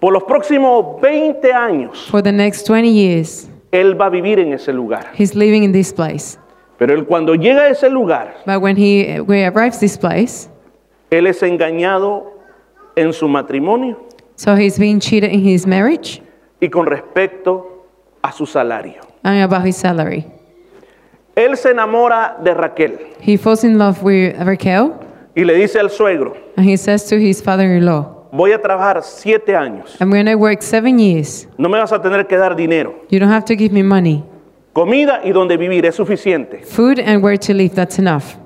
Speaker 2: Por los próximos 20 años,
Speaker 3: For the next 20 years,
Speaker 2: él va a vivir en ese lugar.
Speaker 3: he's living in this place.
Speaker 2: Pero él cuando llega a ese lugar,
Speaker 3: But when he, when he arrives this place,
Speaker 2: él es engañado en su matrimonio
Speaker 3: so he's being cheated in his marriage
Speaker 2: y con respecto a su salario.
Speaker 3: and about his salary.
Speaker 2: Él se enamora de Raquel
Speaker 3: He falls in love with Raquel
Speaker 2: y le dice al suegro,
Speaker 3: and he says to his father-in-law,
Speaker 2: voy a trabajar siete años,
Speaker 3: I'm going to work seven years.
Speaker 2: no me vas a tener que dar dinero.
Speaker 3: You don't have to give me money.
Speaker 2: Comida y donde vivir es suficiente,
Speaker 3: Food and where to live, that's enough.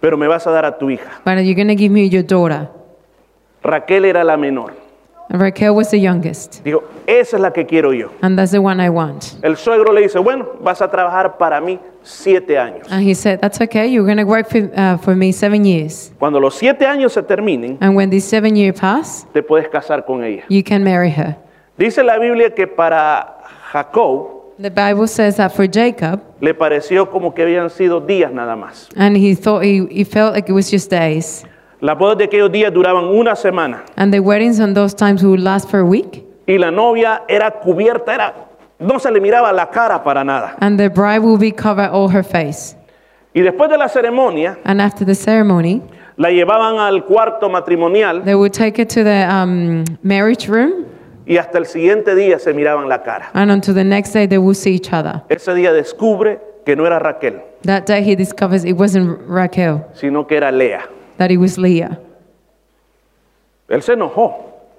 Speaker 2: pero me vas a dar a tu hija.
Speaker 3: But you're going to give me your daughter.
Speaker 2: Raquel era la menor.
Speaker 3: And Raquel was the youngest.
Speaker 2: Dijo, esa es la que quiero yo.
Speaker 3: And that's the one I want.
Speaker 2: El suegro le dice, bueno, vas a trabajar para mí siete años.
Speaker 3: And he said, that's okay. You're going to work for, uh, for me seven years.
Speaker 2: Cuando los siete años se terminen,
Speaker 3: And when these seven years pass,
Speaker 2: te puedes casar con ella.
Speaker 3: you can marry her.
Speaker 2: Dice la Biblia que para Jacob
Speaker 3: The Bible says that for Jacob,
Speaker 2: le pareció como que habían sido días nada más.
Speaker 3: and he thought he, he felt like it was just days.
Speaker 2: Las bodas de aquellos días duraban una semana
Speaker 3: And the weddings on those times would last for a week,
Speaker 2: y la novia era cubierta, era, no se le miraba la cara para nada.
Speaker 3: and the bride would be covered all her face.
Speaker 2: Y después de la ceremonia,
Speaker 3: And after the ceremony,
Speaker 2: la llevaban al cuarto matrimonial
Speaker 3: they would take her to the um, marriage room,
Speaker 2: y hasta el siguiente día se miraban la cara.
Speaker 3: and until the next day they would see each other.
Speaker 2: Ese día descubre que no era Raquel,
Speaker 3: That day he discovers it wasn't Raquel,
Speaker 2: sino que era Lea.
Speaker 3: that it was Leah.
Speaker 2: Él se enojó,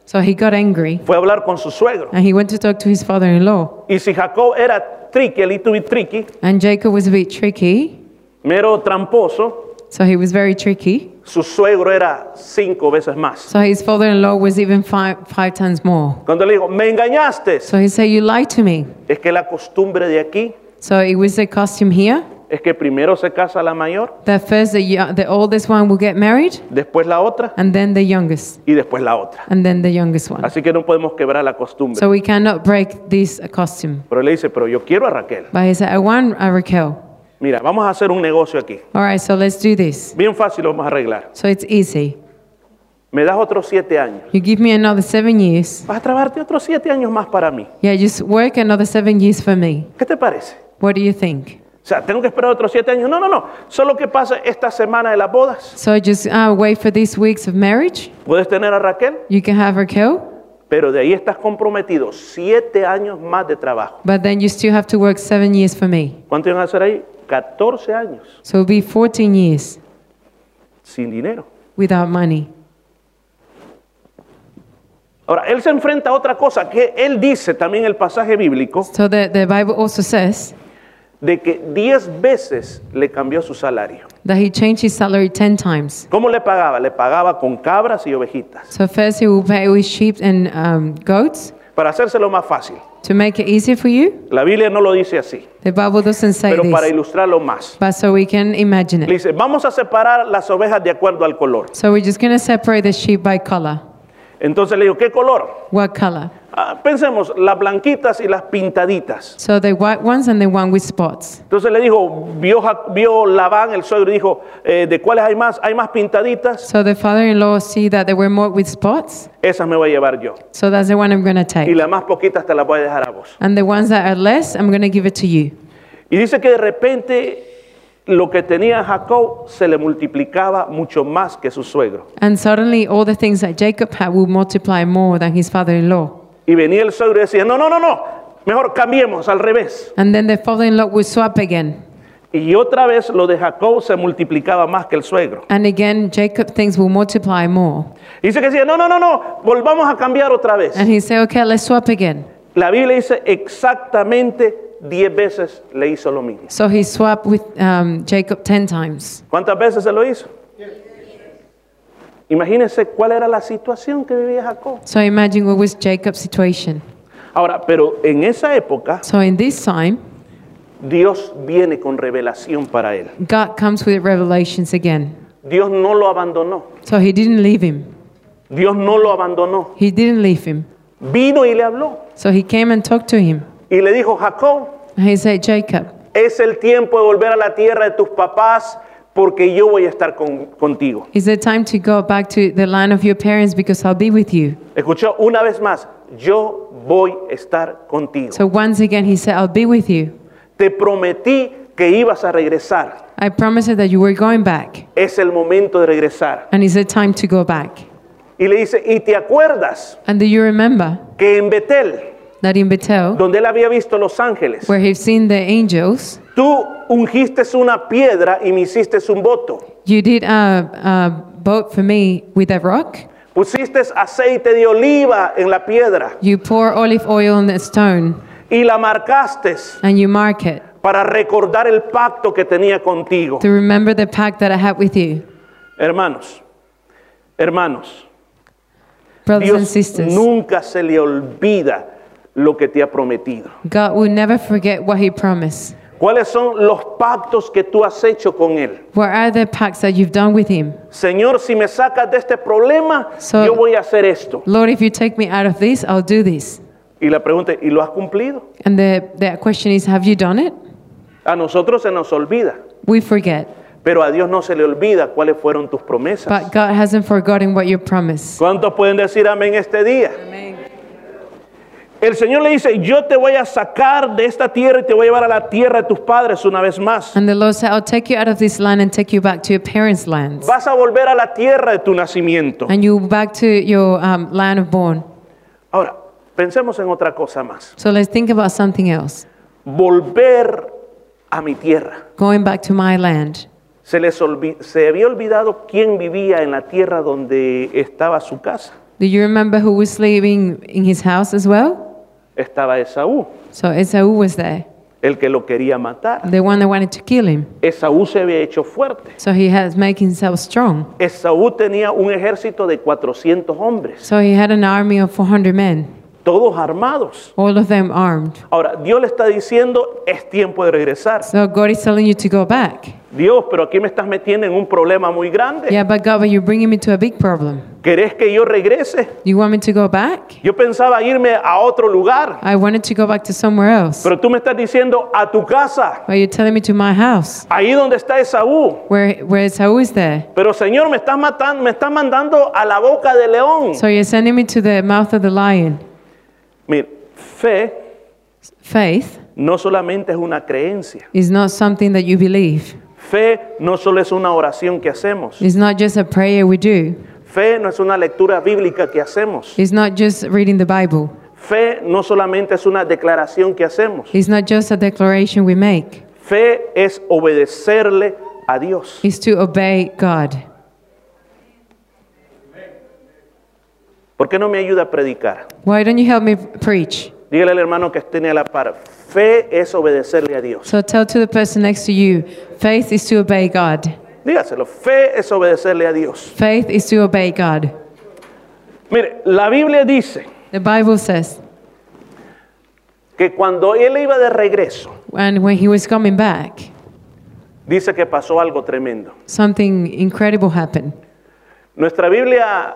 Speaker 3: So he got angry,
Speaker 2: fue a hablar con su suegro.
Speaker 3: and he went to talk to his father-in-law.
Speaker 2: Y si Jacob era tricky, a little bit tricky,
Speaker 3: And Jacob was a bit tricky,
Speaker 2: mero tramposo,
Speaker 3: so he was very tricky.
Speaker 2: su suegro era cinco veces más.
Speaker 3: So his father-in-law was even five, five times more.
Speaker 2: Cuando le dijo, me engañaste,
Speaker 3: So he said, "You lied to me."
Speaker 2: es que la costumbre de aquí
Speaker 3: So it was a costume here
Speaker 2: es que primero se casa la mayor,
Speaker 3: that first the, yo- the oldest one will get married,
Speaker 2: después la otra
Speaker 3: and then the youngest,
Speaker 2: y después la otra.
Speaker 3: and then the youngest one.
Speaker 2: Así que no podemos quebrar la costumbre.
Speaker 3: So we cannot break this uh, costume.
Speaker 2: Pero le dice, pero yo quiero a Raquel.
Speaker 3: But he said, "I want a Raquel."
Speaker 2: Mira, vamos a hacer un negocio aquí.
Speaker 3: All right, so let's do this.
Speaker 2: Bien fácil lo vamos a arreglar.
Speaker 3: So it's easy.
Speaker 2: Me das otros siete años.
Speaker 3: You give me another seven years.
Speaker 2: Vas a trabajarte otros siete años más para mí.
Speaker 3: Yeah, just work another seven years for me.
Speaker 2: ¿Qué te parece?
Speaker 3: What do you think?
Speaker 2: O sea, tengo que esperar otros siete años. No, no, no. Solo que pasa esta semana de las bodas.
Speaker 3: So just uh, wait for these weeks of marriage.
Speaker 2: Puedes tener a Raquel,
Speaker 3: You can have Raquel,
Speaker 2: pero de ahí estás comprometido siete años más de trabajo.
Speaker 3: but then you still have to work seven years for me.
Speaker 2: ¿Cuánto iban a hacer ahí? 14 años
Speaker 3: So it'll be 14 years
Speaker 2: sin dinero.
Speaker 3: without money.
Speaker 2: Ahora, él se enfrenta a otra cosa que él dice también en el pasaje bíblico
Speaker 3: So the, the Bible also says
Speaker 2: de que 10 veces le cambió su salario.
Speaker 3: that he changed his salary 10 times.
Speaker 2: ¿Cómo le pagaba? Le pagaba con cabras y ovejitas.
Speaker 3: So first he will pay with sheep and um, goats
Speaker 2: Para hacérselo más fácil.
Speaker 3: to make it easier for you.
Speaker 2: La Biblia no lo dice así,
Speaker 3: The Bible doesn't say
Speaker 2: pero para
Speaker 3: this,
Speaker 2: ilustrarlo más.
Speaker 3: but so we can imagine
Speaker 2: Le
Speaker 3: it.
Speaker 2: dice, vamos a separar las ovejas de acuerdo al color.
Speaker 3: So we're just going to separate the sheep by color.
Speaker 2: Entonces le digo, ¿qué color?
Speaker 3: What color?
Speaker 2: Ah, pensemos, las blanquitas y las pintaditas.
Speaker 3: So the white ones and the one with spots.
Speaker 2: Entonces le dijo, vio, Ja- vio Labán, el suegro, y dijo, eh, ¿de cuáles hay más? ¿Hay más pintaditas?
Speaker 3: So the father-in-law see that there were more with spots.
Speaker 2: Esas me voy a llevar yo.
Speaker 3: So that's the one I'm going to
Speaker 2: Y
Speaker 3: take.
Speaker 2: las más poquitas te las voy a dejar a vos.
Speaker 3: And the ones that are less, I'm going to give it to you.
Speaker 2: Y dice que de repente lo que tenía Jacob se le multiplicaba mucho más que su suegro.
Speaker 3: And suddenly all the things that Jacob had will multiply more than his father-in-law.
Speaker 2: Y venía el suegro y decía, no, no, no, no, mejor cambiemos al revés.
Speaker 3: And then the father-in-law will swap again.
Speaker 2: Y otra vez lo de Jacob se multiplicaba más que el suegro.
Speaker 3: And again, Jacob things will multiply more.
Speaker 2: Y dice que decía, no, no, no, no, volvamos a cambiar otra vez.
Speaker 3: And he said, okay, let's swap again.
Speaker 2: La Biblia dice exactamente 10 veces le hizo lo mismo.
Speaker 3: So he swapped with um, Jacob 10 times.
Speaker 2: ¿Cuántas veces se lo hizo? Imagínense cuál era la situación que vivía Jacob.
Speaker 3: So imagine what was Jacob's situation.
Speaker 2: Ahora, pero en esa época,
Speaker 3: So in this time,
Speaker 2: Dios viene con revelación para él.
Speaker 3: God comes with revelations again.
Speaker 2: Dios no lo abandonó.
Speaker 3: So he didn't leave him.
Speaker 2: Dios no lo abandonó.
Speaker 3: He didn't leave him.
Speaker 2: Vino y le habló.
Speaker 3: So he came and talked to him.
Speaker 2: Y le dijo, Jacob,
Speaker 3: And he said, Jacob,
Speaker 2: es el tiempo de volver a la tierra de tus papás porque yo voy a estar con- contigo.
Speaker 3: is it time to go back to the land of your parents because I'll be with you?
Speaker 2: Escuchó una vez más, yo voy a estar contigo.
Speaker 3: So once again, he said, I'll be with you.
Speaker 2: Te prometí que ibas a regresar.
Speaker 3: I promised that you were going back.
Speaker 2: Es el momento de regresar.
Speaker 3: And is it time to go back?
Speaker 2: Y le dice, ¿y te acuerdas
Speaker 3: And do you remember
Speaker 2: que en Betel,
Speaker 3: that in Bethel,
Speaker 2: donde él había visto los ángeles,
Speaker 3: where he'd seen the angels,
Speaker 2: tú ungiste una piedra y me hiciste un voto?
Speaker 3: you did a, a boat for me with a rock?
Speaker 2: Pusiste aceite de oliva en la piedra
Speaker 3: You pour olive oil on the stone
Speaker 2: y la marcaste
Speaker 3: and you mark it
Speaker 2: para recordar el pacto que tenía contigo.
Speaker 3: to remember the pact that I had with you,
Speaker 2: Hermanos, hermanos,
Speaker 3: brothers and
Speaker 2: Dios
Speaker 3: sisters.
Speaker 2: nunca se le olvida lo que te ha prometido.
Speaker 3: God will never forget what He promised.
Speaker 2: ¿Cuáles son los pactos que tú has hecho con Él?
Speaker 3: What are the pacts that you've done with Him?
Speaker 2: Señor, si me sacas de este problema,
Speaker 3: So-
Speaker 2: yo voy a hacer esto.
Speaker 3: Lord, if you take me out of this, I'll do this.
Speaker 2: Y la pregunta, es, ¿y lo has cumplido?
Speaker 3: And the, the question is, have you done it?
Speaker 2: A nosotros se nos olvida,
Speaker 3: We forget.
Speaker 2: pero a Dios no se le olvida cuáles fueron tus promesas.
Speaker 3: But God hasn't forgotten what you promised.
Speaker 2: ¿Cuántos pueden decir amén este día? El Señor le dice, yo te voy a sacar de esta tierra y te voy a llevar a la tierra de tus padres una vez más.
Speaker 3: And the Lord said, I'll take you out of this land and take you back to your parents' lands.
Speaker 2: Vas a volver a la tierra de tu nacimiento.
Speaker 3: And you back to your um, land of born.
Speaker 2: Ahora, pensemos en otra cosa más.
Speaker 3: So let's think about something else.
Speaker 2: Volver a mi tierra.
Speaker 3: Going back to my land.
Speaker 2: Se les olvi- se había olvidado quién vivía en la tierra donde estaba su casa.
Speaker 3: Do you remember who was living in his house as well?
Speaker 2: Estaba Esaú,
Speaker 3: So Esau was there,
Speaker 2: el que lo quería matar.
Speaker 3: the one that wanted to kill him.
Speaker 2: Esaú se había hecho fuerte.
Speaker 3: So he had make himself strong.
Speaker 2: Esaú tenía un ejército de 400 hombres,
Speaker 3: So he had an army of 400 men,
Speaker 2: todos armados.
Speaker 3: all of them armed.
Speaker 2: Ahora, Dios le está diciendo, es tiempo de regresar.
Speaker 3: So God is telling you to go back.
Speaker 2: Dios, pero aquí me estás metiendo en un problema muy grande.
Speaker 3: Yeah, but God, but you're bringing me to a big problem.
Speaker 2: ¿Querés que yo regrese?
Speaker 3: You want me to go back?
Speaker 2: Yo pensaba irme a otro lugar,
Speaker 3: I wanted to go back to somewhere else.
Speaker 2: pero tú me estás diciendo a tu casa,
Speaker 3: But you're telling me to my house.
Speaker 2: ahí donde está Esaú.
Speaker 3: Where, where is Saul is there?
Speaker 2: Pero Señor, me estás matando, me estás mandando a la boca del león.
Speaker 3: So you're sending me to the mouth of the lion.
Speaker 2: Mira, fe
Speaker 3: Faith
Speaker 2: no solamente es una creencia.
Speaker 3: is not something that you believe.
Speaker 2: Fe no solo es una oración que hacemos.
Speaker 3: It's not just a prayer we do.
Speaker 2: Fe no es una lectura bíblica que hacemos.
Speaker 3: It's not just reading the Bible.
Speaker 2: Fe no solamente es una declaración que hacemos.
Speaker 3: It's not just a declaration we make.
Speaker 2: Fe es obedecerle a Dios.
Speaker 3: It's to obey God.
Speaker 2: ¿Por qué no me ayuda a predicar?
Speaker 3: Why don't you help me preach?
Speaker 2: Dígale al hermano que esté a la par. Fe es obedecerle a Dios.
Speaker 3: So tell to the person next to you, faith is to obey God.
Speaker 2: Dígaselo. Fe es obedecerle a Dios.
Speaker 3: Faith is to obey God.
Speaker 2: Mire, la Biblia dice
Speaker 3: The Bible says,
Speaker 2: que cuando él iba de regreso,
Speaker 3: and when he was coming back,
Speaker 2: dice que pasó algo tremendo.
Speaker 3: something incredible happened.
Speaker 2: Nuestra Biblia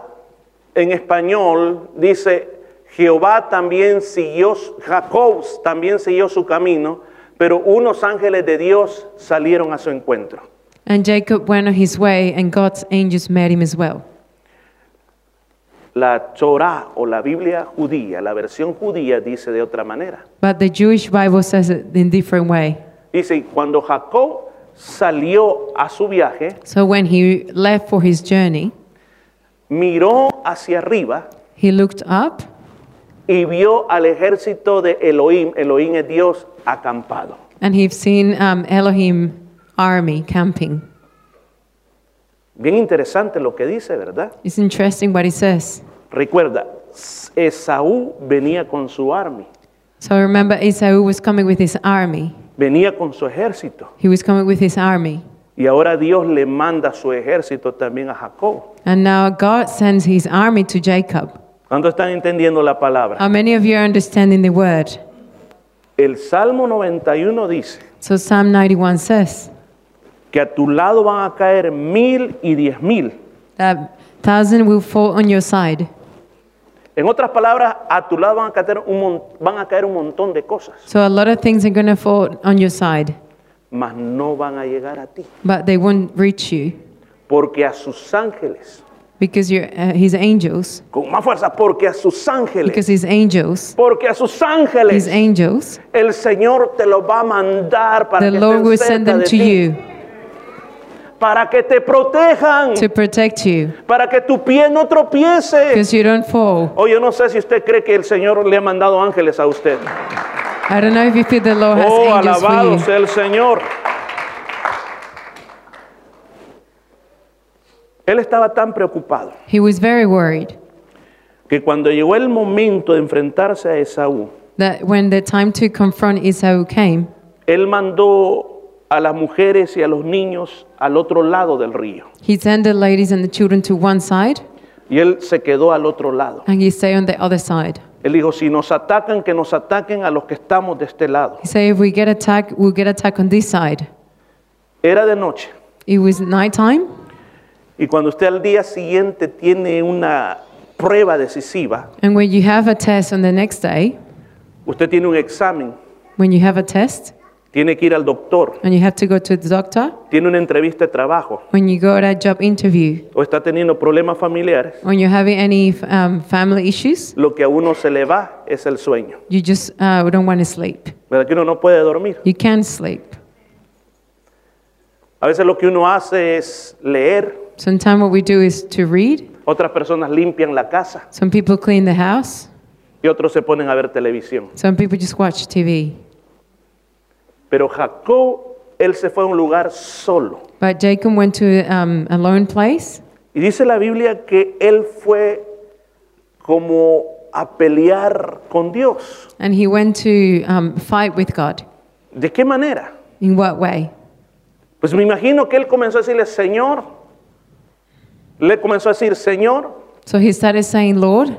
Speaker 2: en español dice, Jehová también siguió, Jacob también siguió su camino, pero unos ángeles de Dios salieron a su encuentro.
Speaker 3: And Jacob went on his way, and God's angels met him as well.
Speaker 2: La Torah o la Biblia judía, la versión judía dice de otra manera.
Speaker 3: But the Jewish Bible says it in different way.
Speaker 2: Dice, y cuando Jacob salió a su viaje,
Speaker 3: So when he left for his journey,
Speaker 2: miró hacia arriba
Speaker 3: he looked up
Speaker 2: y vio al ejército de Elohim, Elohim es Dios, acampado.
Speaker 3: and he'd seen um, Elohim army camping.
Speaker 2: Bien interesante lo que dice, ¿verdad?
Speaker 3: It's interesting what he says.
Speaker 2: Recuerda, Esaú venía con su army,
Speaker 3: So remember, Esau was coming with his army.
Speaker 2: venía con su ejército.
Speaker 3: He was coming with his army.
Speaker 2: Y ahora Dios le manda su ejército también a Jacob.
Speaker 3: And now God sends his army to Jacob.
Speaker 2: ¿Cuánto están entendiendo la palabra?
Speaker 3: How many of you are understanding the word?
Speaker 2: El Salmo 91 dice
Speaker 3: So Psalm 91 says
Speaker 2: que a tu lado van a caer mil y diez mil.
Speaker 3: that thousand will fall on your side.
Speaker 2: En otras palabras, a tu lado van a caer un, mon- van a caer un montón de cosas,
Speaker 3: So a lot of things are going to fall on your side,
Speaker 2: mas no van a llegar a ti,
Speaker 3: but they won't reach you
Speaker 2: porque a sus ángeles,
Speaker 3: because you're uh, his angels.
Speaker 2: con más fuerza, porque a sus ángeles,
Speaker 3: Because his angels,
Speaker 2: porque a sus
Speaker 3: his
Speaker 2: ángeles,
Speaker 3: angels,
Speaker 2: El Señor te los va a mandar para
Speaker 3: the
Speaker 2: que
Speaker 3: Lord
Speaker 2: estén
Speaker 3: will
Speaker 2: cerca
Speaker 3: send them
Speaker 2: de
Speaker 3: to
Speaker 2: ti,
Speaker 3: you
Speaker 2: para que te protejan,
Speaker 3: to protect you
Speaker 2: para que tu pie no tropiece.
Speaker 3: because you don't fall.
Speaker 2: Oh, yo no sé si usted cree que el Señor le ha mandado ángeles a usted.
Speaker 3: I don't know if you feel the Lord has
Speaker 2: Oh,
Speaker 3: angels
Speaker 2: alabado
Speaker 3: for you.
Speaker 2: sea el Señor. Él estaba tan preocupado
Speaker 3: He was very worried
Speaker 2: que cuando llegó el momento de enfrentarse a Esaú,
Speaker 3: that when the time to confront Esau came,
Speaker 2: él mandó a las mujeres y a los niños al otro lado del río
Speaker 3: he sent the ladies and the children to one side
Speaker 2: y él se quedó al otro lado.
Speaker 3: and he stayed on the other side.
Speaker 2: Él dijo, si nos atacan, que nos ataquen a los que estamos de este lado.
Speaker 3: He said, if we get attacked, we'll get attacked on this side.
Speaker 2: Era de noche.
Speaker 3: It was nighttime,
Speaker 2: Y cuando usted al día siguiente tiene una prueba decisiva,
Speaker 3: and when you have a test on the next day,
Speaker 2: usted tiene un examen,
Speaker 3: when you have a test
Speaker 2: tiene que ir al doctor,
Speaker 3: and you have to go to the doctor,
Speaker 2: tiene una entrevista de trabajo,
Speaker 3: when you go to a job interview,
Speaker 2: o está teniendo problemas familiares,
Speaker 3: when you're having any um, family issues,
Speaker 2: lo que a uno se le va es el sueño.
Speaker 3: you just uh, don't want to sleep.
Speaker 2: ¿Verdad que uno no puede dormir?
Speaker 3: You can't sleep.
Speaker 2: A veces lo que uno hace es leer,
Speaker 3: Sometimes what we do is to read.
Speaker 2: otras personas limpian la casa
Speaker 3: Some people clean the house.
Speaker 2: y otros se ponen a ver televisión.
Speaker 3: Some people just watch TV.
Speaker 2: Pero Jacob, él se fue a un lugar solo.
Speaker 3: But Jacob went to um, a lone place,
Speaker 2: Y dice la Biblia que él fue como a pelear con Dios.
Speaker 3: and he went to um, fight with God.
Speaker 2: ¿De qué manera?
Speaker 3: In what way?
Speaker 2: Pues me imagino que él comenzó a decirle, Señor, le comenzó a decir, Señor,
Speaker 3: So he started saying, Lord,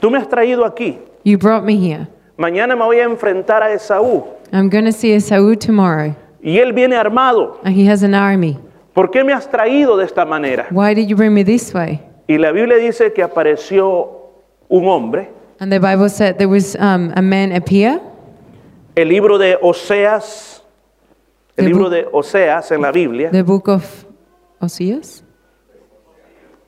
Speaker 2: tú me has traído aquí,
Speaker 3: you brought me here.
Speaker 2: mañana me voy a enfrentar a Esaú
Speaker 3: I'm going to see Esau tomorrow,
Speaker 2: y Y él viene armado.
Speaker 3: and he has an army.
Speaker 2: ¿Por qué me has traído de esta manera?
Speaker 3: Why did you bring me this way?
Speaker 2: Y la Biblia dice que apareció un hombre.
Speaker 3: And the Bible said there was um, a man appear.
Speaker 2: El libro de Oseas, el
Speaker 3: De
Speaker 2: libro
Speaker 3: Bu-
Speaker 2: de Oseas en la Biblia.
Speaker 3: The book of Oseas?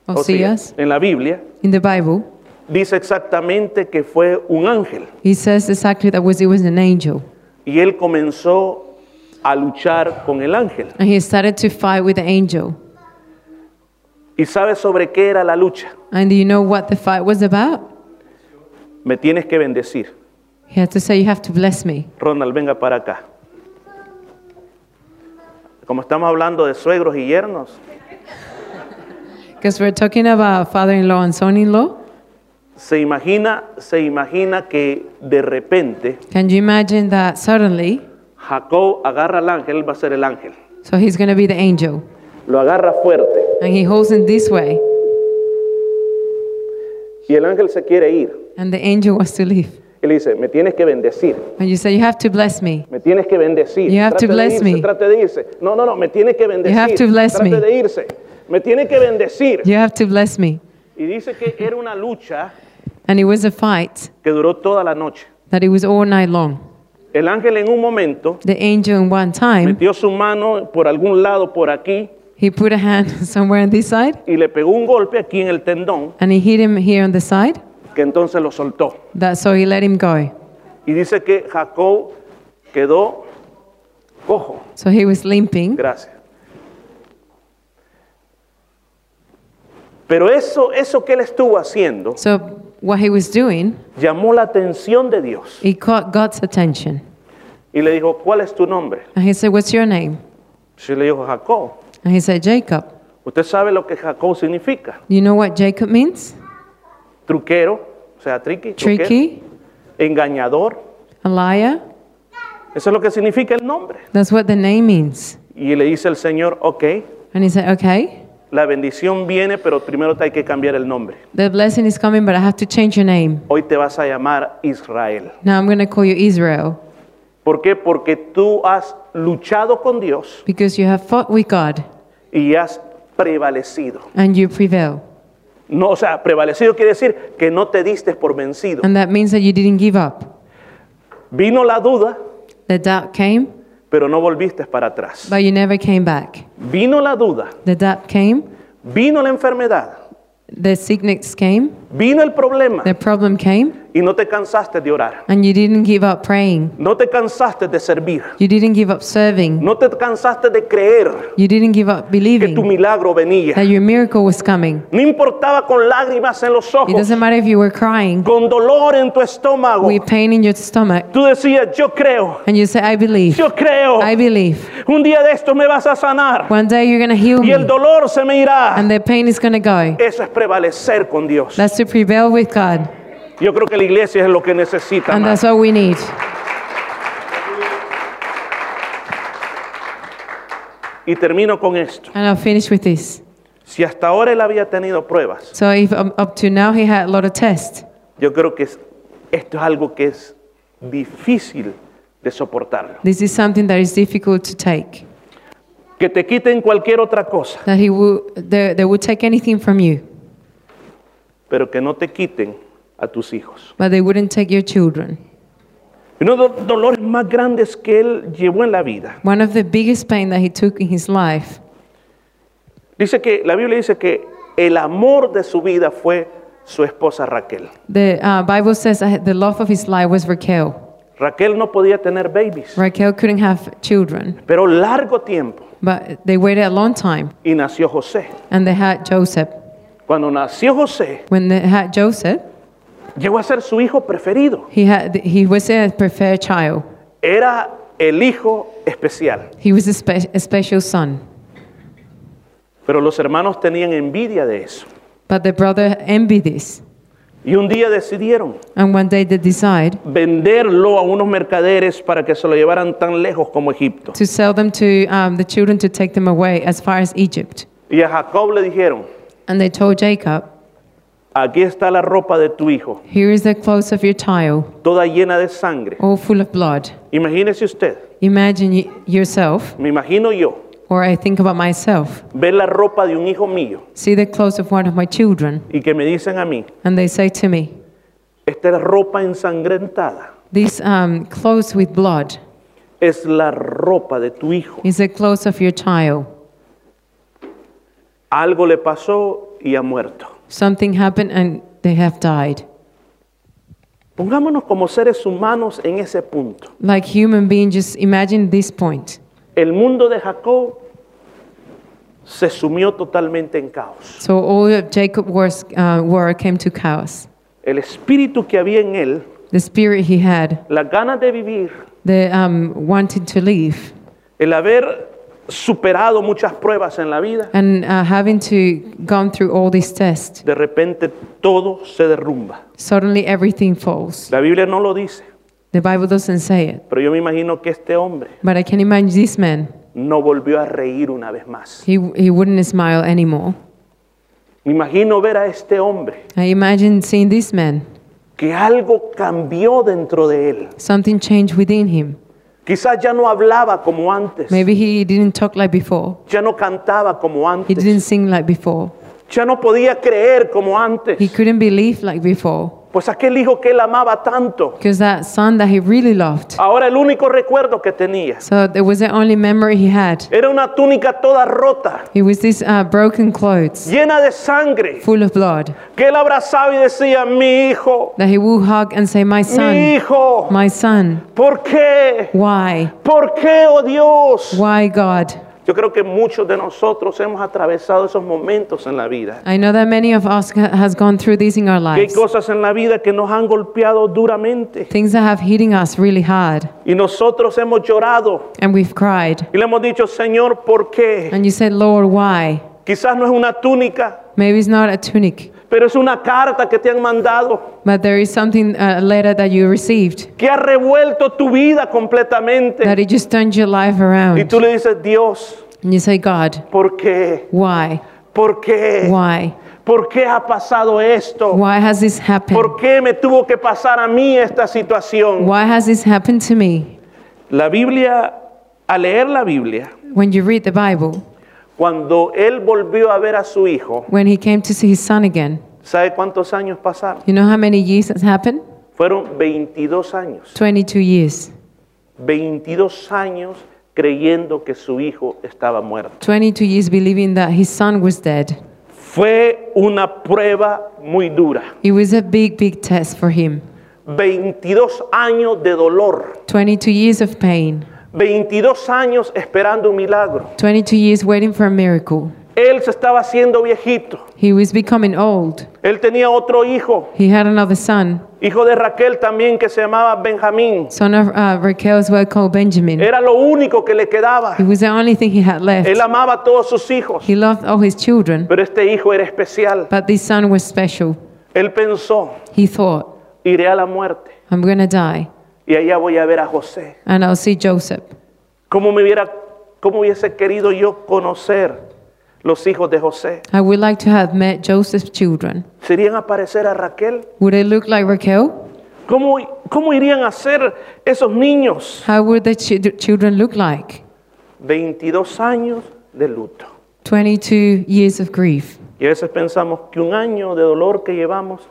Speaker 3: Oseas
Speaker 2: en la Biblia
Speaker 3: in the Bible.
Speaker 2: dice exactamente que fue un ángel.
Speaker 3: He says exactly that was it was an angel.
Speaker 2: Y él comenzó a luchar con el ángel.
Speaker 3: And he started to fight with the angel.
Speaker 2: ¿Y sabes sobre qué era la lucha?
Speaker 3: And do you know what the fight was about?
Speaker 2: Me tienes que bendecir.
Speaker 3: He had to say, You have to bless me.
Speaker 2: Ronald, venga para acá. Como estamos hablando de suegros y yernos,
Speaker 3: Because we're talking about father in law and son in law.
Speaker 2: se imagina, se imagina que de repente
Speaker 3: Can you imagine that suddenly?
Speaker 2: Jacob agarra al ángel, él va a ser el ángel.
Speaker 3: So he's going to be the angel.
Speaker 2: Lo agarra fuerte
Speaker 3: And he holds him this way.
Speaker 2: y el ángel se quiere ir.
Speaker 3: And the angel was to leave.
Speaker 2: Y le dice, me tienes que bendecir,
Speaker 3: And you say, You have to bless me.
Speaker 2: me tienes que bendecir.
Speaker 3: You have
Speaker 2: Trate
Speaker 3: to
Speaker 2: de
Speaker 3: bless
Speaker 2: irse,
Speaker 3: me.
Speaker 2: Trate de irse. No, no, no, me tienes que bendecir.
Speaker 3: have to bless
Speaker 2: trate
Speaker 3: me.
Speaker 2: de irse. Me tiene que bendecir.
Speaker 3: You have to bless me.
Speaker 2: Y dice que era una lucha
Speaker 3: And it was a fight
Speaker 2: que duró toda la noche.
Speaker 3: that it was all night long.
Speaker 2: El ángel en un momento
Speaker 3: The angel, in one time,
Speaker 2: metió su mano por algún lado, por aquí,
Speaker 3: he put a hand somewhere on this side
Speaker 2: y le pegó un golpe aquí en el tendón,
Speaker 3: and he hit him here on the side.
Speaker 2: que entonces lo soltó.
Speaker 3: That's so he let him go.
Speaker 2: Y dice que Jacob quedó cojo.
Speaker 3: So he was limping.
Speaker 2: Gracias. Pero eso, eso que él estuvo haciendo
Speaker 3: So what he was doing,
Speaker 2: llamó la atención de Dios.
Speaker 3: he caught God's attention.
Speaker 2: Y le dijo, ¿cuál es tu nombre?
Speaker 3: And he said, What's your name?
Speaker 2: Y le dijo, Jacob.
Speaker 3: And he said, Jacob.
Speaker 2: Usted sabe lo que Jacob significa.
Speaker 3: You know what Jacob means?
Speaker 2: Truquero, o sea, triqui, truquero,
Speaker 3: Tricky,
Speaker 2: engañador.
Speaker 3: a liar.
Speaker 2: Eso es lo que significa el nombre.
Speaker 3: That's what the name means.
Speaker 2: Y le dice el Señor, ok,
Speaker 3: And he said, Okay,
Speaker 2: la bendición viene, pero primero te hay que cambiar el nombre.
Speaker 3: the blessing is coming, but I have to change your name.
Speaker 2: Hoy te vas a llamar Israel.
Speaker 3: Now I'm going to call you Israel
Speaker 2: ¿Por qué? Porque tú has luchado con Dios
Speaker 3: because you have fought with God
Speaker 2: y has prevalecido.
Speaker 3: and you prevail.
Speaker 2: No, o sea, prevalecido quiere decir que no te diste por vencido.
Speaker 3: And that means that you didn't give up.
Speaker 2: Vino la duda,
Speaker 3: The doubt came,
Speaker 2: pero no volviste para atrás.
Speaker 3: but you never came back.
Speaker 2: Vino la duda,
Speaker 3: The doubt came,
Speaker 2: vino la enfermedad,
Speaker 3: the sickness came,
Speaker 2: vino el problema
Speaker 3: the problem came,
Speaker 2: y no te cansaste de orar.
Speaker 3: and you didn't give up praying.
Speaker 2: No te cansaste de servir.
Speaker 3: You didn't give up serving.
Speaker 2: No te cansaste de creer
Speaker 3: You didn't give
Speaker 2: que tu
Speaker 3: up believing
Speaker 2: milagro venía.
Speaker 3: that your miracle was coming.
Speaker 2: No importaba con lágrimas en los
Speaker 3: It
Speaker 2: ojos,
Speaker 3: doesn't matter if you were crying,
Speaker 2: con dolor en tu estómago.
Speaker 3: with pain in your stomach,
Speaker 2: Tú decías, yo creo,
Speaker 3: and you say, I believe,
Speaker 2: yo creo.
Speaker 3: I believe.
Speaker 2: Un día de esto me vas a sanar
Speaker 3: One day you're going to heal
Speaker 2: y
Speaker 3: me,
Speaker 2: el dolor se me irá.
Speaker 3: and the pain is going to go.
Speaker 2: Eso es prevalecer con Dios.
Speaker 3: That's to prevail with God,
Speaker 2: Yo creo que la iglesia es lo que necesita.
Speaker 3: and
Speaker 2: más.
Speaker 3: that's what we need.
Speaker 2: Y termino con esto.
Speaker 3: And I'll finish with this.
Speaker 2: Si hasta ahora él había tenido pruebas,
Speaker 3: So if um, up to now he had a lot of tests,
Speaker 2: yo creo que es- esto es algo que es difícil de soportarlo.
Speaker 3: this is something that is difficult to take.
Speaker 2: Que te quiten cualquier otra cosa,
Speaker 3: That he will, they, they would take anything from you,
Speaker 2: pero que no te quiten a tus hijos.
Speaker 3: but they wouldn't take your children.
Speaker 2: Uno de los dolores más grandes que él llevó en la vida.
Speaker 3: One of the biggest pain that he took in his life,
Speaker 2: Dice que la Biblia dice que el amor de su vida fue su esposa Raquel.
Speaker 3: the uh, Bible says that the love of his life was Raquel.
Speaker 2: Raquel no podía tener babies,
Speaker 3: Raquel couldn't have children,
Speaker 2: pero largo tiempo
Speaker 3: but they waited a long time,
Speaker 2: y nació José.
Speaker 3: and they had Joseph.
Speaker 2: Cuando nació José,
Speaker 3: When they had Joseph,
Speaker 2: llegó a ser su hijo preferido.
Speaker 3: he, had, he was a preferred child.
Speaker 2: Era el hijo especial.
Speaker 3: He was a, spe- a special son.
Speaker 2: Pero los hermanos tenían envidia de eso.
Speaker 3: But the brother envied this.
Speaker 2: Y un día decidieron
Speaker 3: And one day they decide
Speaker 2: venderlo a unos mercaderes para que se lo llevaran tan lejos como Egipto.
Speaker 3: to sell them to um, the children to take them away as far as Egypt.
Speaker 2: Y a Jacob le dijeron,
Speaker 3: And they told Jacob,
Speaker 2: aquí está la ropa de tu hijo,
Speaker 3: Here is the clothes of your child,
Speaker 2: toda llena de sangre.
Speaker 3: all full of blood.
Speaker 2: Imagínese usted,
Speaker 3: Imagine y- yourself,
Speaker 2: me imagino yo,
Speaker 3: or I think about myself,
Speaker 2: ver la ropa de un hijo mío
Speaker 3: see the clothes of one of my children,
Speaker 2: y que me dicen a mí,
Speaker 3: and they say to me,
Speaker 2: esta ropa ensangrentada
Speaker 3: These um, clothes with blood
Speaker 2: es la ropa de tu hijo.
Speaker 3: is the clothes of your child.
Speaker 2: Algo le pasó y ha muerto.
Speaker 3: Something happened and they have died.
Speaker 2: Pongámonos como seres humanos en ese punto.
Speaker 3: Like human beings, just imagine this point.
Speaker 2: El mundo de Jacob se sumió totalmente en caos.
Speaker 3: So all of Jacob's worst, uh, work came to chaos.
Speaker 2: El espíritu que había en él,
Speaker 3: The spirit he had,
Speaker 2: las ganas de vivir,
Speaker 3: the um, wanting to leave,
Speaker 2: el haber superado muchas pruebas en la vida,
Speaker 3: and uh, having to gone through all these tests,
Speaker 2: de repente todo se derrumba.
Speaker 3: suddenly everything falls.
Speaker 2: La Biblia no lo dice,
Speaker 3: The Bible doesn't say it,
Speaker 2: pero yo me imagino que este hombre
Speaker 3: but I can imagine this man.
Speaker 2: no volvió a reír una vez más.
Speaker 3: He, he wouldn't smile anymore.
Speaker 2: Me imagino ver a este hombre
Speaker 3: I imagine seeing this man.
Speaker 2: que algo cambió dentro de él.
Speaker 3: Something changed within him.
Speaker 2: Quizás ya no hablaba como antes,
Speaker 3: Maybe he didn't talk like before.
Speaker 2: ya no cantaba como
Speaker 3: He
Speaker 2: antes.
Speaker 3: didn't sing like before.
Speaker 2: Ya no podía creer como antes.
Speaker 3: He couldn't believe like before.
Speaker 2: Pues aquel hijo que él amaba tanto,
Speaker 3: Because that son that he really loved.
Speaker 2: ahora el único recuerdo que tenía
Speaker 3: So that was the only memory he had.
Speaker 2: era una túnica toda rota,
Speaker 3: It was these uh, broken clothes,
Speaker 2: llena de sangre,
Speaker 3: full of blood,
Speaker 2: que él abrazaba y decía, mi hijo,
Speaker 3: that he would hug and say,
Speaker 2: mi
Speaker 3: My son,
Speaker 2: hijo,
Speaker 3: my son,
Speaker 2: ¿por qué?
Speaker 3: why?
Speaker 2: ¿Por qué, oh Dios?
Speaker 3: Why, God?
Speaker 2: Yo creo que muchos de nosotros hemos atravesado esos momentos en la vida.
Speaker 3: I know that many of us ha- has gone through this in our
Speaker 2: Que hay
Speaker 3: lives.
Speaker 2: cosas en la vida que nos han golpeado duramente
Speaker 3: Things that have hitting us really hard.
Speaker 2: y nosotros hemos llorado
Speaker 3: And we've cried.
Speaker 2: y le hemos dicho, Señor, ¿por qué?
Speaker 3: And you said, Lord, why?
Speaker 2: Quizás no es una túnica,
Speaker 3: Maybe it's not a tunic,
Speaker 2: pero es una carta que te han mandado
Speaker 3: but there is something, uh, a letter that you received,
Speaker 2: que ha revuelto tu vida
Speaker 3: that
Speaker 2: completamente.
Speaker 3: it just turned your life
Speaker 2: Y
Speaker 3: around.
Speaker 2: tú le dices, Dios,
Speaker 3: And you say, God,
Speaker 2: ¿por qué?
Speaker 3: why?
Speaker 2: ¿Por qué?
Speaker 3: Why?
Speaker 2: ¿Por qué ha pasado esto?
Speaker 3: Why has this happened?
Speaker 2: ¿Por qué me tuvo que pasar a mí esta situación?
Speaker 3: Why has this happened to me?
Speaker 2: La Biblia, al leer la Biblia,
Speaker 3: When you read the Bible,
Speaker 2: cuando él volvió a ver a su hijo,
Speaker 3: when he came to see his son again,
Speaker 2: ¿sabe cuántos años pasaron?
Speaker 3: you know how many years has happened?
Speaker 2: Fueron 22 años.
Speaker 3: 22 years.
Speaker 2: 22 años creyendo que su hijo estaba muerto.
Speaker 3: 22 years believing that his son was dead.
Speaker 2: Fue una prueba muy dura.
Speaker 3: It was a big, big test for him.
Speaker 2: 22 años de dolor,
Speaker 3: 22 years of pain,
Speaker 2: 22 años esperando un milagro.
Speaker 3: 22 years waiting for a miracle.
Speaker 2: Él se estaba haciendo viejito.
Speaker 3: He was becoming old.
Speaker 2: Él tenía otro hijo,
Speaker 3: He had another son,
Speaker 2: hijo de Raquel también, que se llamaba Benjamín.
Speaker 3: son of uh, Raquel as well called Benjamin.
Speaker 2: Era lo único que le quedaba.
Speaker 3: He was the only thing he had
Speaker 2: Él
Speaker 3: left.
Speaker 2: amaba a todos sus hijos,
Speaker 3: He loved all his children,
Speaker 2: pero este hijo era especial.
Speaker 3: but this son was special.
Speaker 2: Él pensó,
Speaker 3: He thought,
Speaker 2: iré a la muerte
Speaker 3: I'm going to die,
Speaker 2: y allá voy a ver a José.
Speaker 3: and I'll see Joseph.
Speaker 2: ¿Cómo me hubiera, cómo hubiese querido yo conocer los hijos de José?
Speaker 3: I would like to have met Joseph's children.
Speaker 2: ¿Serían a parecer a Raquel?
Speaker 3: Would they look like Raquel?
Speaker 2: ¿Cómo, cómo irían a ser esos niños?
Speaker 3: How would the chi- children look like?
Speaker 2: 22 años de luto.
Speaker 3: 22 years of grief.
Speaker 2: Y a veces pensamos que un año de dolor que llevamos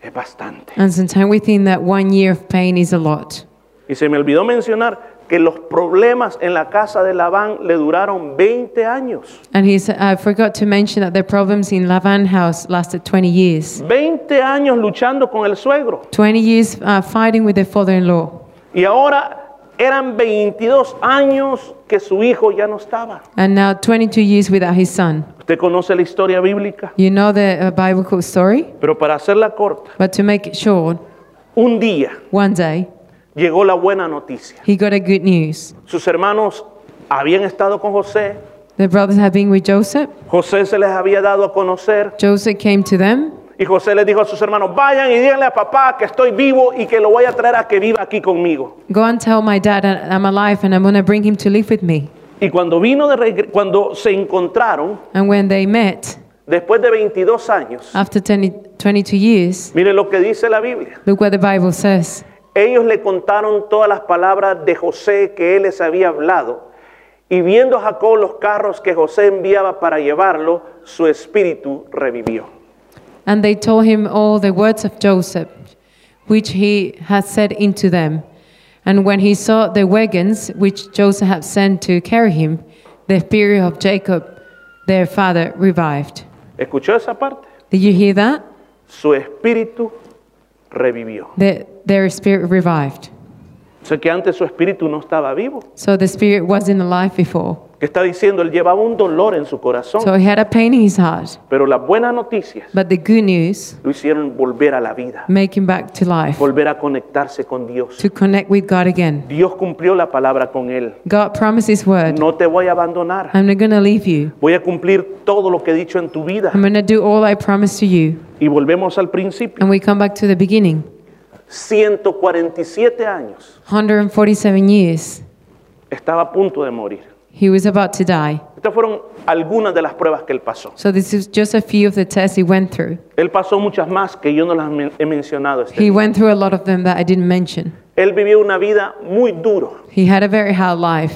Speaker 2: es bastante.
Speaker 3: And sometimes we think that one year of pain is a lot.
Speaker 2: Y se me olvidó mencionar que los problemas en la casa de Labán le duraron 20 años.
Speaker 3: And he said, I forgot to mention that the problems in Lavan house lasted 20 years.
Speaker 2: 20 años luchando con el suegro.
Speaker 3: 20 years uh, fighting with their father-in-law.
Speaker 2: Y ahora eran 22 años que su hijo ya no estaba.
Speaker 3: And now 22 years without his son.
Speaker 2: Usted conoce la historia bíblica,
Speaker 3: You know the uh, biblical story?
Speaker 2: pero para hacerla corta,
Speaker 3: But to make it short,
Speaker 2: un día
Speaker 3: one day
Speaker 2: llegó la buena noticia.
Speaker 3: he got a good news.
Speaker 2: Sus hermanos habían estado con José,
Speaker 3: The brothers had been with Joseph.
Speaker 2: José se les había dado a conocer
Speaker 3: Joseph came to them
Speaker 2: y José les dijo a sus hermanos, vayan y díganle a papá que estoy vivo y que lo voy a traer a que viva aquí conmigo.
Speaker 3: Go and tell my dad that I'm alive and I'm going to bring him to live with me.
Speaker 2: Y cuando vino de regre- cuando se encontraron,
Speaker 3: And when they met,
Speaker 2: Después de 22 años,
Speaker 3: After 20, 22 years,
Speaker 2: mire lo que dice la Biblia.
Speaker 3: look what the Bible says.
Speaker 2: Ellos le contaron todas las palabras de José que él les había hablado. Y viendo Jacob los carros que José enviaba para llevarlo, su espíritu revivió.
Speaker 3: And they told him all the words of Joseph, which he had said unto them. And when he saw the wagons which Joseph had sent to carry him, the spirit of Jacob, their father, revived.
Speaker 2: ¿Escuchó esa parte?
Speaker 3: Did you hear that?
Speaker 2: Su espíritu revivió.
Speaker 3: The, their spirit revived.
Speaker 2: O sea que antes su espíritu no estaba vivo.
Speaker 3: So the spirit wasn't alive before.
Speaker 2: ¿Qué está diciendo? Él llevaba un dolor en su corazón.
Speaker 3: So he had a pain in his heart.
Speaker 2: Pero las buenas noticias
Speaker 3: But the good news
Speaker 2: lo hicieron volver a la vida,
Speaker 3: make him back to life,
Speaker 2: volver a conectarse con Dios.
Speaker 3: to connect with God again.
Speaker 2: Dios cumplió la palabra con él.
Speaker 3: God promised his word.
Speaker 2: No te voy a abandonar.
Speaker 3: I'm not going to leave you.
Speaker 2: Voy a cumplir todo lo que he dicho en tu vida.
Speaker 3: I'm going to do all I promised to you.
Speaker 2: Y volvemos al principio.
Speaker 3: And we come back to the beginning.
Speaker 2: 147 años.
Speaker 3: 147 years.
Speaker 2: Estaba a punto de morir.
Speaker 3: He was about to die.
Speaker 2: Estas fueron algunas de las pruebas que él pasó.
Speaker 3: So this is just a few of the tests he went through.
Speaker 2: Él pasó muchas más que yo no las men- he mencionado. este
Speaker 3: He went through a lot of them that I didn't mention.
Speaker 2: Él vivió una vida muy duro,
Speaker 3: He had a very hard life.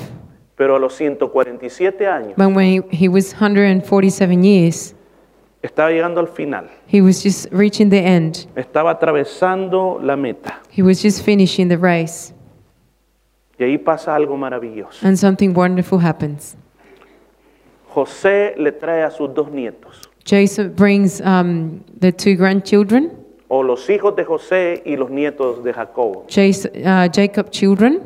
Speaker 2: pero a los 147 años
Speaker 3: But when he, he was 147 years,
Speaker 2: estaba llegando al final.
Speaker 3: he was just reaching the end.
Speaker 2: Estaba atravesando la meta.
Speaker 3: He was just finishing the race.
Speaker 2: Y ahí pasa algo maravilloso.
Speaker 3: And something wonderful happens.
Speaker 2: José le trae a sus dos nietos,
Speaker 3: Jason brings um, the two grandchildren,
Speaker 2: o los hijos de José y los nietos de Jacobo.
Speaker 3: Jas uh, Jacob children.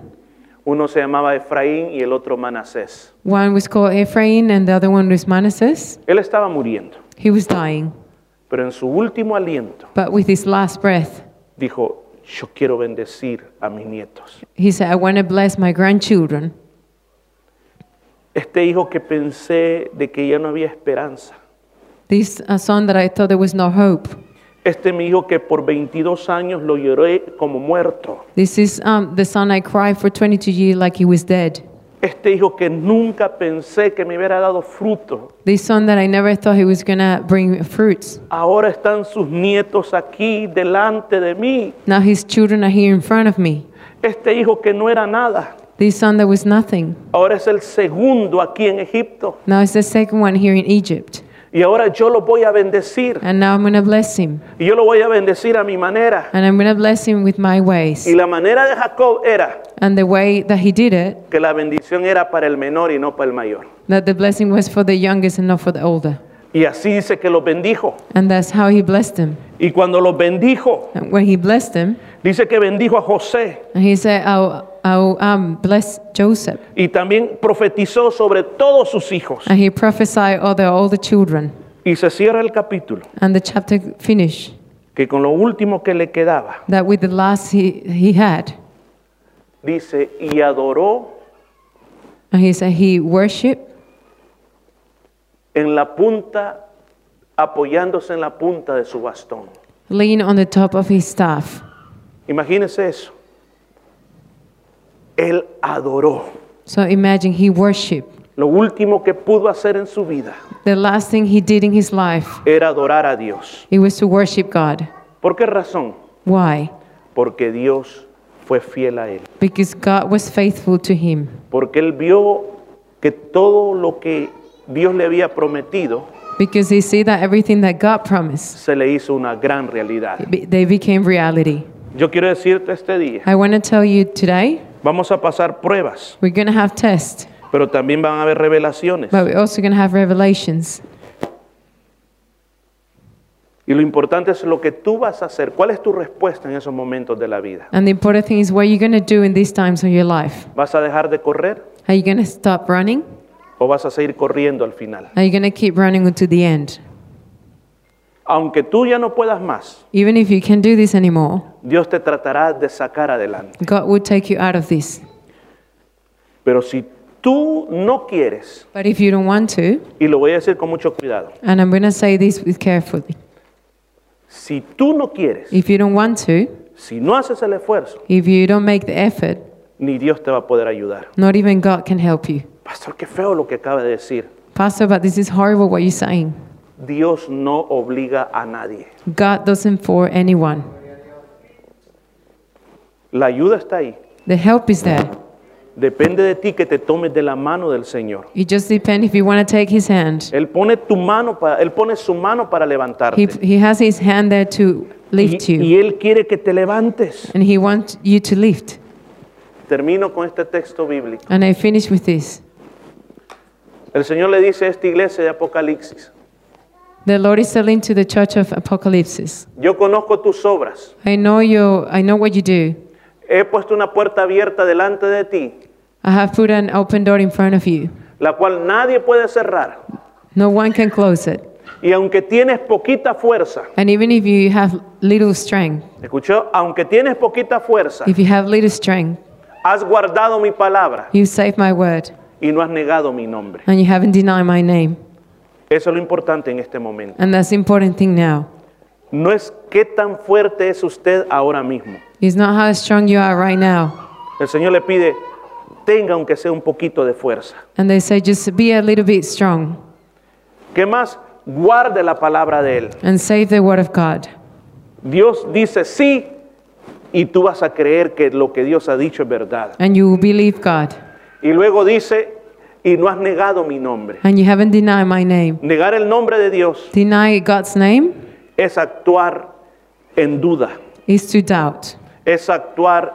Speaker 2: Uno se llamaba Efraín y el otro Manasés.
Speaker 3: One was called Ephraim and the other one was Manasseh.
Speaker 2: Él estaba muriendo,
Speaker 3: He was dying.
Speaker 2: pero en su último aliento
Speaker 3: But with his last breath,
Speaker 2: dijo, yo quiero bendecir a mis nietos.
Speaker 3: he said, I want to bless my grandchildren.
Speaker 2: Este hijo que pensé de que ya no había esperanza.
Speaker 3: This a son that I thought there was no hope.
Speaker 2: Este mi hijo que por 22 años lo lloré como muerto.
Speaker 3: This is um, the son I cried for 22 years like he was dead.
Speaker 2: Este hijo que nunca pensé que me hubiera dado fruto.
Speaker 3: This son that I never thought he was going to bring fruits.
Speaker 2: Ahora están sus nietos aquí delante de mí.
Speaker 3: Now his children are here in front of me.
Speaker 2: Este hijo que no era nada.
Speaker 3: This son that was nothing.
Speaker 2: Ahora es el segundo aquí en Egipto.
Speaker 3: Now it's the second one here in Egypt.
Speaker 2: Y ahora yo lo voy a bendecir.
Speaker 3: And now I'm going to bless him.
Speaker 2: Y yo lo voy a bendecir a mi manera.
Speaker 3: And I'm going to bless him with my ways.
Speaker 2: Y la manera de Jacob era
Speaker 3: And the way that he did it,
Speaker 2: que la bendición era para el menor y no para el mayor.
Speaker 3: that the blessing was for the youngest and not for the older.
Speaker 2: Y así dice que los bendijo.
Speaker 3: And that's how he blessed them.
Speaker 2: Y cuando los bendijo,
Speaker 3: And when he blessed them,
Speaker 2: dice que bendijo a José.
Speaker 3: and he said, I'll, I'll um, bless Joseph.
Speaker 2: Y también profetizó sobre todos sus hijos.
Speaker 3: And he prophesied all the, all the children.
Speaker 2: Y se cierra el capítulo,
Speaker 3: And the chapter finished
Speaker 2: que con lo último que le quedaba,
Speaker 3: that with the last he, he had.
Speaker 2: dice, y adoró
Speaker 3: And he said he worshiped
Speaker 2: en la punta, apoyándose en la punta de su bastón.
Speaker 3: lean on the top of his staff.
Speaker 2: Imagínense eso. Él adoró.
Speaker 3: So imagine he worshiped.
Speaker 2: Lo último que pudo hacer en su vida
Speaker 3: The last thing he did in his life,
Speaker 2: era adorar a Dios.
Speaker 3: it was to worship God.
Speaker 2: ¿Por qué razón?
Speaker 3: Why?
Speaker 2: Porque Dios fue fiel a él.
Speaker 3: Because God was faithful to him.
Speaker 2: Porque él vio que todo lo que Dios le había prometido
Speaker 3: Because he see that everything that God promised,
Speaker 2: se le hizo una gran realidad.
Speaker 3: be- they became reality.
Speaker 2: Yo quiero decirte este día,
Speaker 3: I want to tell you today,
Speaker 2: vamos a pasar pruebas,
Speaker 3: we're going to have tests,
Speaker 2: pero también van a haber revelaciones.
Speaker 3: but we're also going to have revelations.
Speaker 2: Y lo importante es lo que tú vas a hacer. ¿Cuál es tu respuesta en esos momentos de la vida?
Speaker 3: And the important thing is what you're going to do in these times of your life.
Speaker 2: ¿Vas a dejar de correr
Speaker 3: Are you going to stop running?
Speaker 2: o vas a seguir corriendo al final?
Speaker 3: Are you going to keep running until the end?
Speaker 2: Aunque tú ya no puedas más,
Speaker 3: Even if you can't do this anymore,
Speaker 2: Dios te tratará de sacar adelante.
Speaker 3: God will take you out of this.
Speaker 2: Pero si tú no quieres,
Speaker 3: But if you don't want to,
Speaker 2: y lo voy a decir con mucho cuidado,
Speaker 3: and I'm going to say this with carefully,
Speaker 2: si tú no quieres,
Speaker 3: if you don't want to,
Speaker 2: si no haces el esfuerzo,
Speaker 3: if you don't make the effort,
Speaker 2: ni Dios te va a poder ayudar.
Speaker 3: not even God can help you.
Speaker 2: Pastor, qué feo lo que acaba de decir.
Speaker 3: Pastor, but this is horrible what you're saying.
Speaker 2: Dios no obliga a nadie.
Speaker 3: God doesn't for anyone.
Speaker 2: La ayuda está ahí.
Speaker 3: The help is there.
Speaker 2: Depende de ti que te tomes de la mano del Señor.
Speaker 3: It just depends if you want to take his hand.
Speaker 2: Él pone tu mano para, él pone su mano para levantarte.
Speaker 3: He, he has his hand there to lift
Speaker 2: Y-
Speaker 3: you,
Speaker 2: y él quiere que te levantes.
Speaker 3: and he wants you to lift.
Speaker 2: Termino con este texto bíblico.
Speaker 3: And I finish with this.
Speaker 2: El Señor le dice a esta iglesia de Apocalipsis,
Speaker 3: The Lord is telling to the church of Apocalypse.
Speaker 2: yo conozco tus obras,
Speaker 3: I know you. I know what you do.
Speaker 2: he puesto una puerta abierta delante de ti,
Speaker 3: I have put an open door in front of you.
Speaker 2: la cual nadie puede cerrar,
Speaker 3: No one can close it.
Speaker 2: y aunque tienes poquita fuerza,
Speaker 3: And even if you have little strength,
Speaker 2: escuchó, aunque tienes poquita fuerza,
Speaker 3: if you have little strength,
Speaker 2: has guardado mi palabra
Speaker 3: you save my word
Speaker 2: y no has negado mi nombre.
Speaker 3: and you haven't denied my name.
Speaker 2: Eso es lo importante en este momento.
Speaker 3: And that's the important thing now.
Speaker 2: No es qué tan fuerte es usted ahora mismo.
Speaker 3: It's not how strong you are right now.
Speaker 2: El Señor le pide, tenga aunque sea un poquito de fuerza.
Speaker 3: And they say, just be a little bit strong
Speaker 2: ¿Qué más? Guarde la palabra de Él.
Speaker 3: and save the word of God.
Speaker 2: Dios dice sí y tú vas a creer que lo que Dios ha dicho es verdad.
Speaker 3: And you will believe God.
Speaker 2: Y luego dice, y no has negado mi nombre.
Speaker 3: And you haven't denied my name.
Speaker 2: Negar el nombre de Dios
Speaker 3: Deny God's name
Speaker 2: es actuar en duda,
Speaker 3: is to doubt.
Speaker 2: es actuar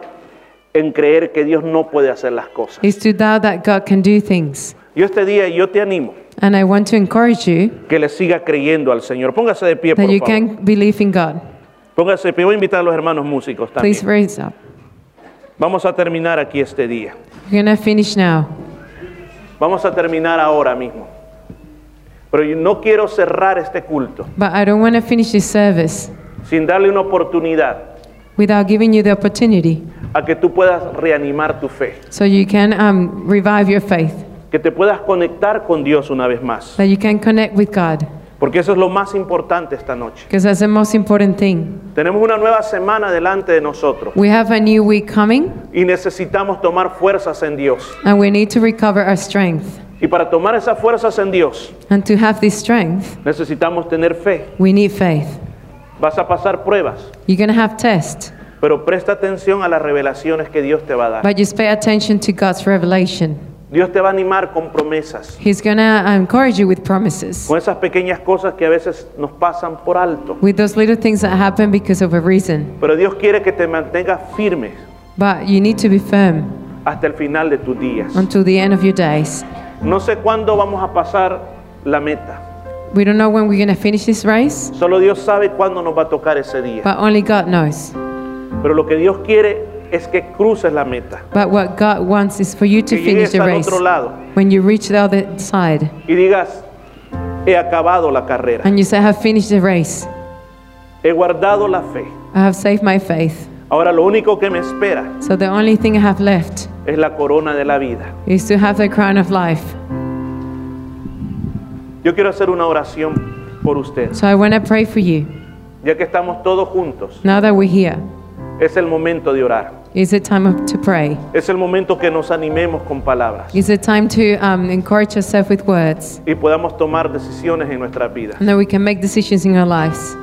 Speaker 2: en creer que Dios no puede hacer las cosas.
Speaker 3: It's to doubt that God can do things.
Speaker 2: Yo este día yo te animo
Speaker 3: And I want to encourage you
Speaker 2: que le siga creyendo al Señor. Póngase de pie, por
Speaker 3: that you
Speaker 2: favor.
Speaker 3: can believe in God.
Speaker 2: Póngase de pie. Voy a invitar a los hermanos músicos también.
Speaker 3: Please raise up.
Speaker 2: Vamos a terminar aquí este día.
Speaker 3: We're going to finish now.
Speaker 2: Vamos a terminar ahora mismo. Pero yo no quiero cerrar este culto
Speaker 3: But I don't want to finish this service
Speaker 2: sin darle una oportunidad
Speaker 3: without giving you the opportunity
Speaker 2: a que tú puedas reanimar tu fe,
Speaker 3: so you can um, revive your faith,
Speaker 2: que te puedas conectar con Dios una vez más,
Speaker 3: that you can connect with God,
Speaker 2: porque eso es lo más importante esta noche.
Speaker 3: because that's the most important thing.
Speaker 2: Tenemos una nueva semana delante de nosotros
Speaker 3: We have a new week coming,
Speaker 2: y necesitamos tomar fuerzas en Dios.
Speaker 3: and we need to recover our strength.
Speaker 2: Y para tomar esas fuerzas en Dios
Speaker 3: And to have this strength,
Speaker 2: necesitamos tener fe.
Speaker 3: we need faith.
Speaker 2: Vas a pasar pruebas,
Speaker 3: You're going to have tests,
Speaker 2: pero presta atención a las revelaciones que Dios te va a dar.
Speaker 3: but just pay attention to God's revelation.
Speaker 2: Dios te va a animar con promesas.
Speaker 3: He's going to encourage you with promises,
Speaker 2: con esas pequeñas cosas que a veces nos pasan por alto.
Speaker 3: with those little things that happen because of a reason.
Speaker 2: Pero Dios quiere que te mantengas firme
Speaker 3: But you need to be firm
Speaker 2: hasta el final de tus días.
Speaker 3: until the end of your days.
Speaker 2: No sé cuándo vamos a pasar la meta.
Speaker 3: We don't know when we're going to finish this race.
Speaker 2: Solo Dios sabe cuándo nos va a tocar ese día.
Speaker 3: But only God knows.
Speaker 2: Pero lo que Dios quiere es que cruces la meta.
Speaker 3: But what God wants is for you to
Speaker 2: Que
Speaker 3: finish
Speaker 2: llegues
Speaker 3: the
Speaker 2: al
Speaker 3: race.
Speaker 2: otro lado
Speaker 3: When you reach the other side
Speaker 2: y digas, he acabado la carrera,
Speaker 3: and you say, I have finished the race,
Speaker 2: he guardado la fe.
Speaker 3: I have saved my faith.
Speaker 2: Ahora lo único que me espera
Speaker 3: So the only thing I have left
Speaker 2: es la corona de la vida.
Speaker 3: is to have the crown of life.
Speaker 2: Yo quiero hacer una oración por usted.
Speaker 3: So I want to pray for you.
Speaker 2: Ya que estamos todos juntos,
Speaker 3: Now that we're here,
Speaker 2: es el momento de orar.
Speaker 3: is the time of, to pray.
Speaker 2: Es el momento que nos animemos con palabras
Speaker 3: It's the time to um, encourage yourself with words
Speaker 2: y podamos tomar decisiones en nuestras vidas.
Speaker 3: and that we can make decisions in our lives.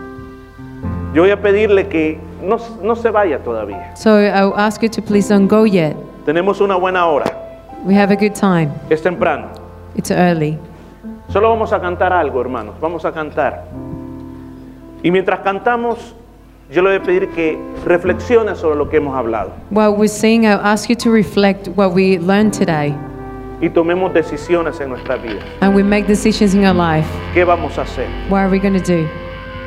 Speaker 2: Yo voy a pedirle que no, no se vaya todavía.
Speaker 3: So I'll ask you to please don't go yet.
Speaker 2: Tenemos una buena hora,
Speaker 3: We have a good time.
Speaker 2: es temprano.
Speaker 3: It's early.
Speaker 2: Solo vamos a cantar algo, hermanos, vamos a cantar. Y mientras cantamos, yo le voy a pedir que reflexione sobre lo que hemos hablado
Speaker 3: While we're singing, I'll ask you to reflect what we learned today
Speaker 2: y tomemos decisiones en nuestras vidas.
Speaker 3: and we make decisions in our life.
Speaker 2: ¿Qué vamos a hacer?
Speaker 3: What are we going to do?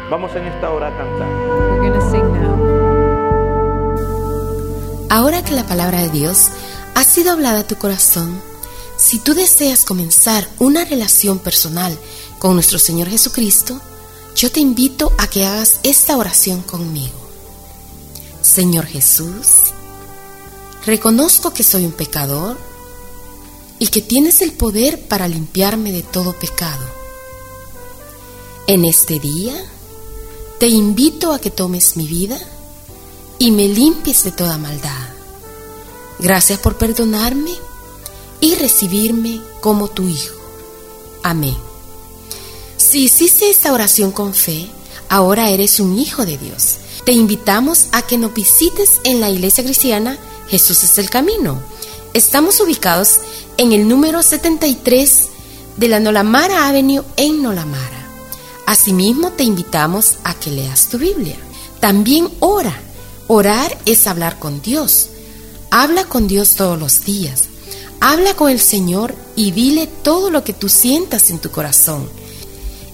Speaker 2: Vamos en esta hora a cantar.
Speaker 3: We're going to sing now.
Speaker 4: Ahora que la palabra de Dios ha sido hablada a tu corazón, si tú deseas comenzar una relación personal con nuestro Señor Jesucristo, yo te invito a que hagas esta oración conmigo. Señor Jesús, reconozco que soy un pecador y que tienes el poder para limpiarme de todo pecado. En este día, te invito a que tomes mi vida y me limpies de toda maldad. Gracias por perdonarme y recibirme como tu Hijo. Amén. Si hiciste esta oración con fe, ahora eres un hijo de Dios. Te invitamos a que nos visites en la iglesia cristiana Jesús es el Camino. Estamos ubicados en el número 73 de la Nolamara Avenue en Nolamara. Asimismo, te invitamos a que leas tu Biblia. También ora. Orar es hablar con Dios. Habla con Dios todos los días. Habla con el Señor y dile todo lo que tú sientas en tu corazón.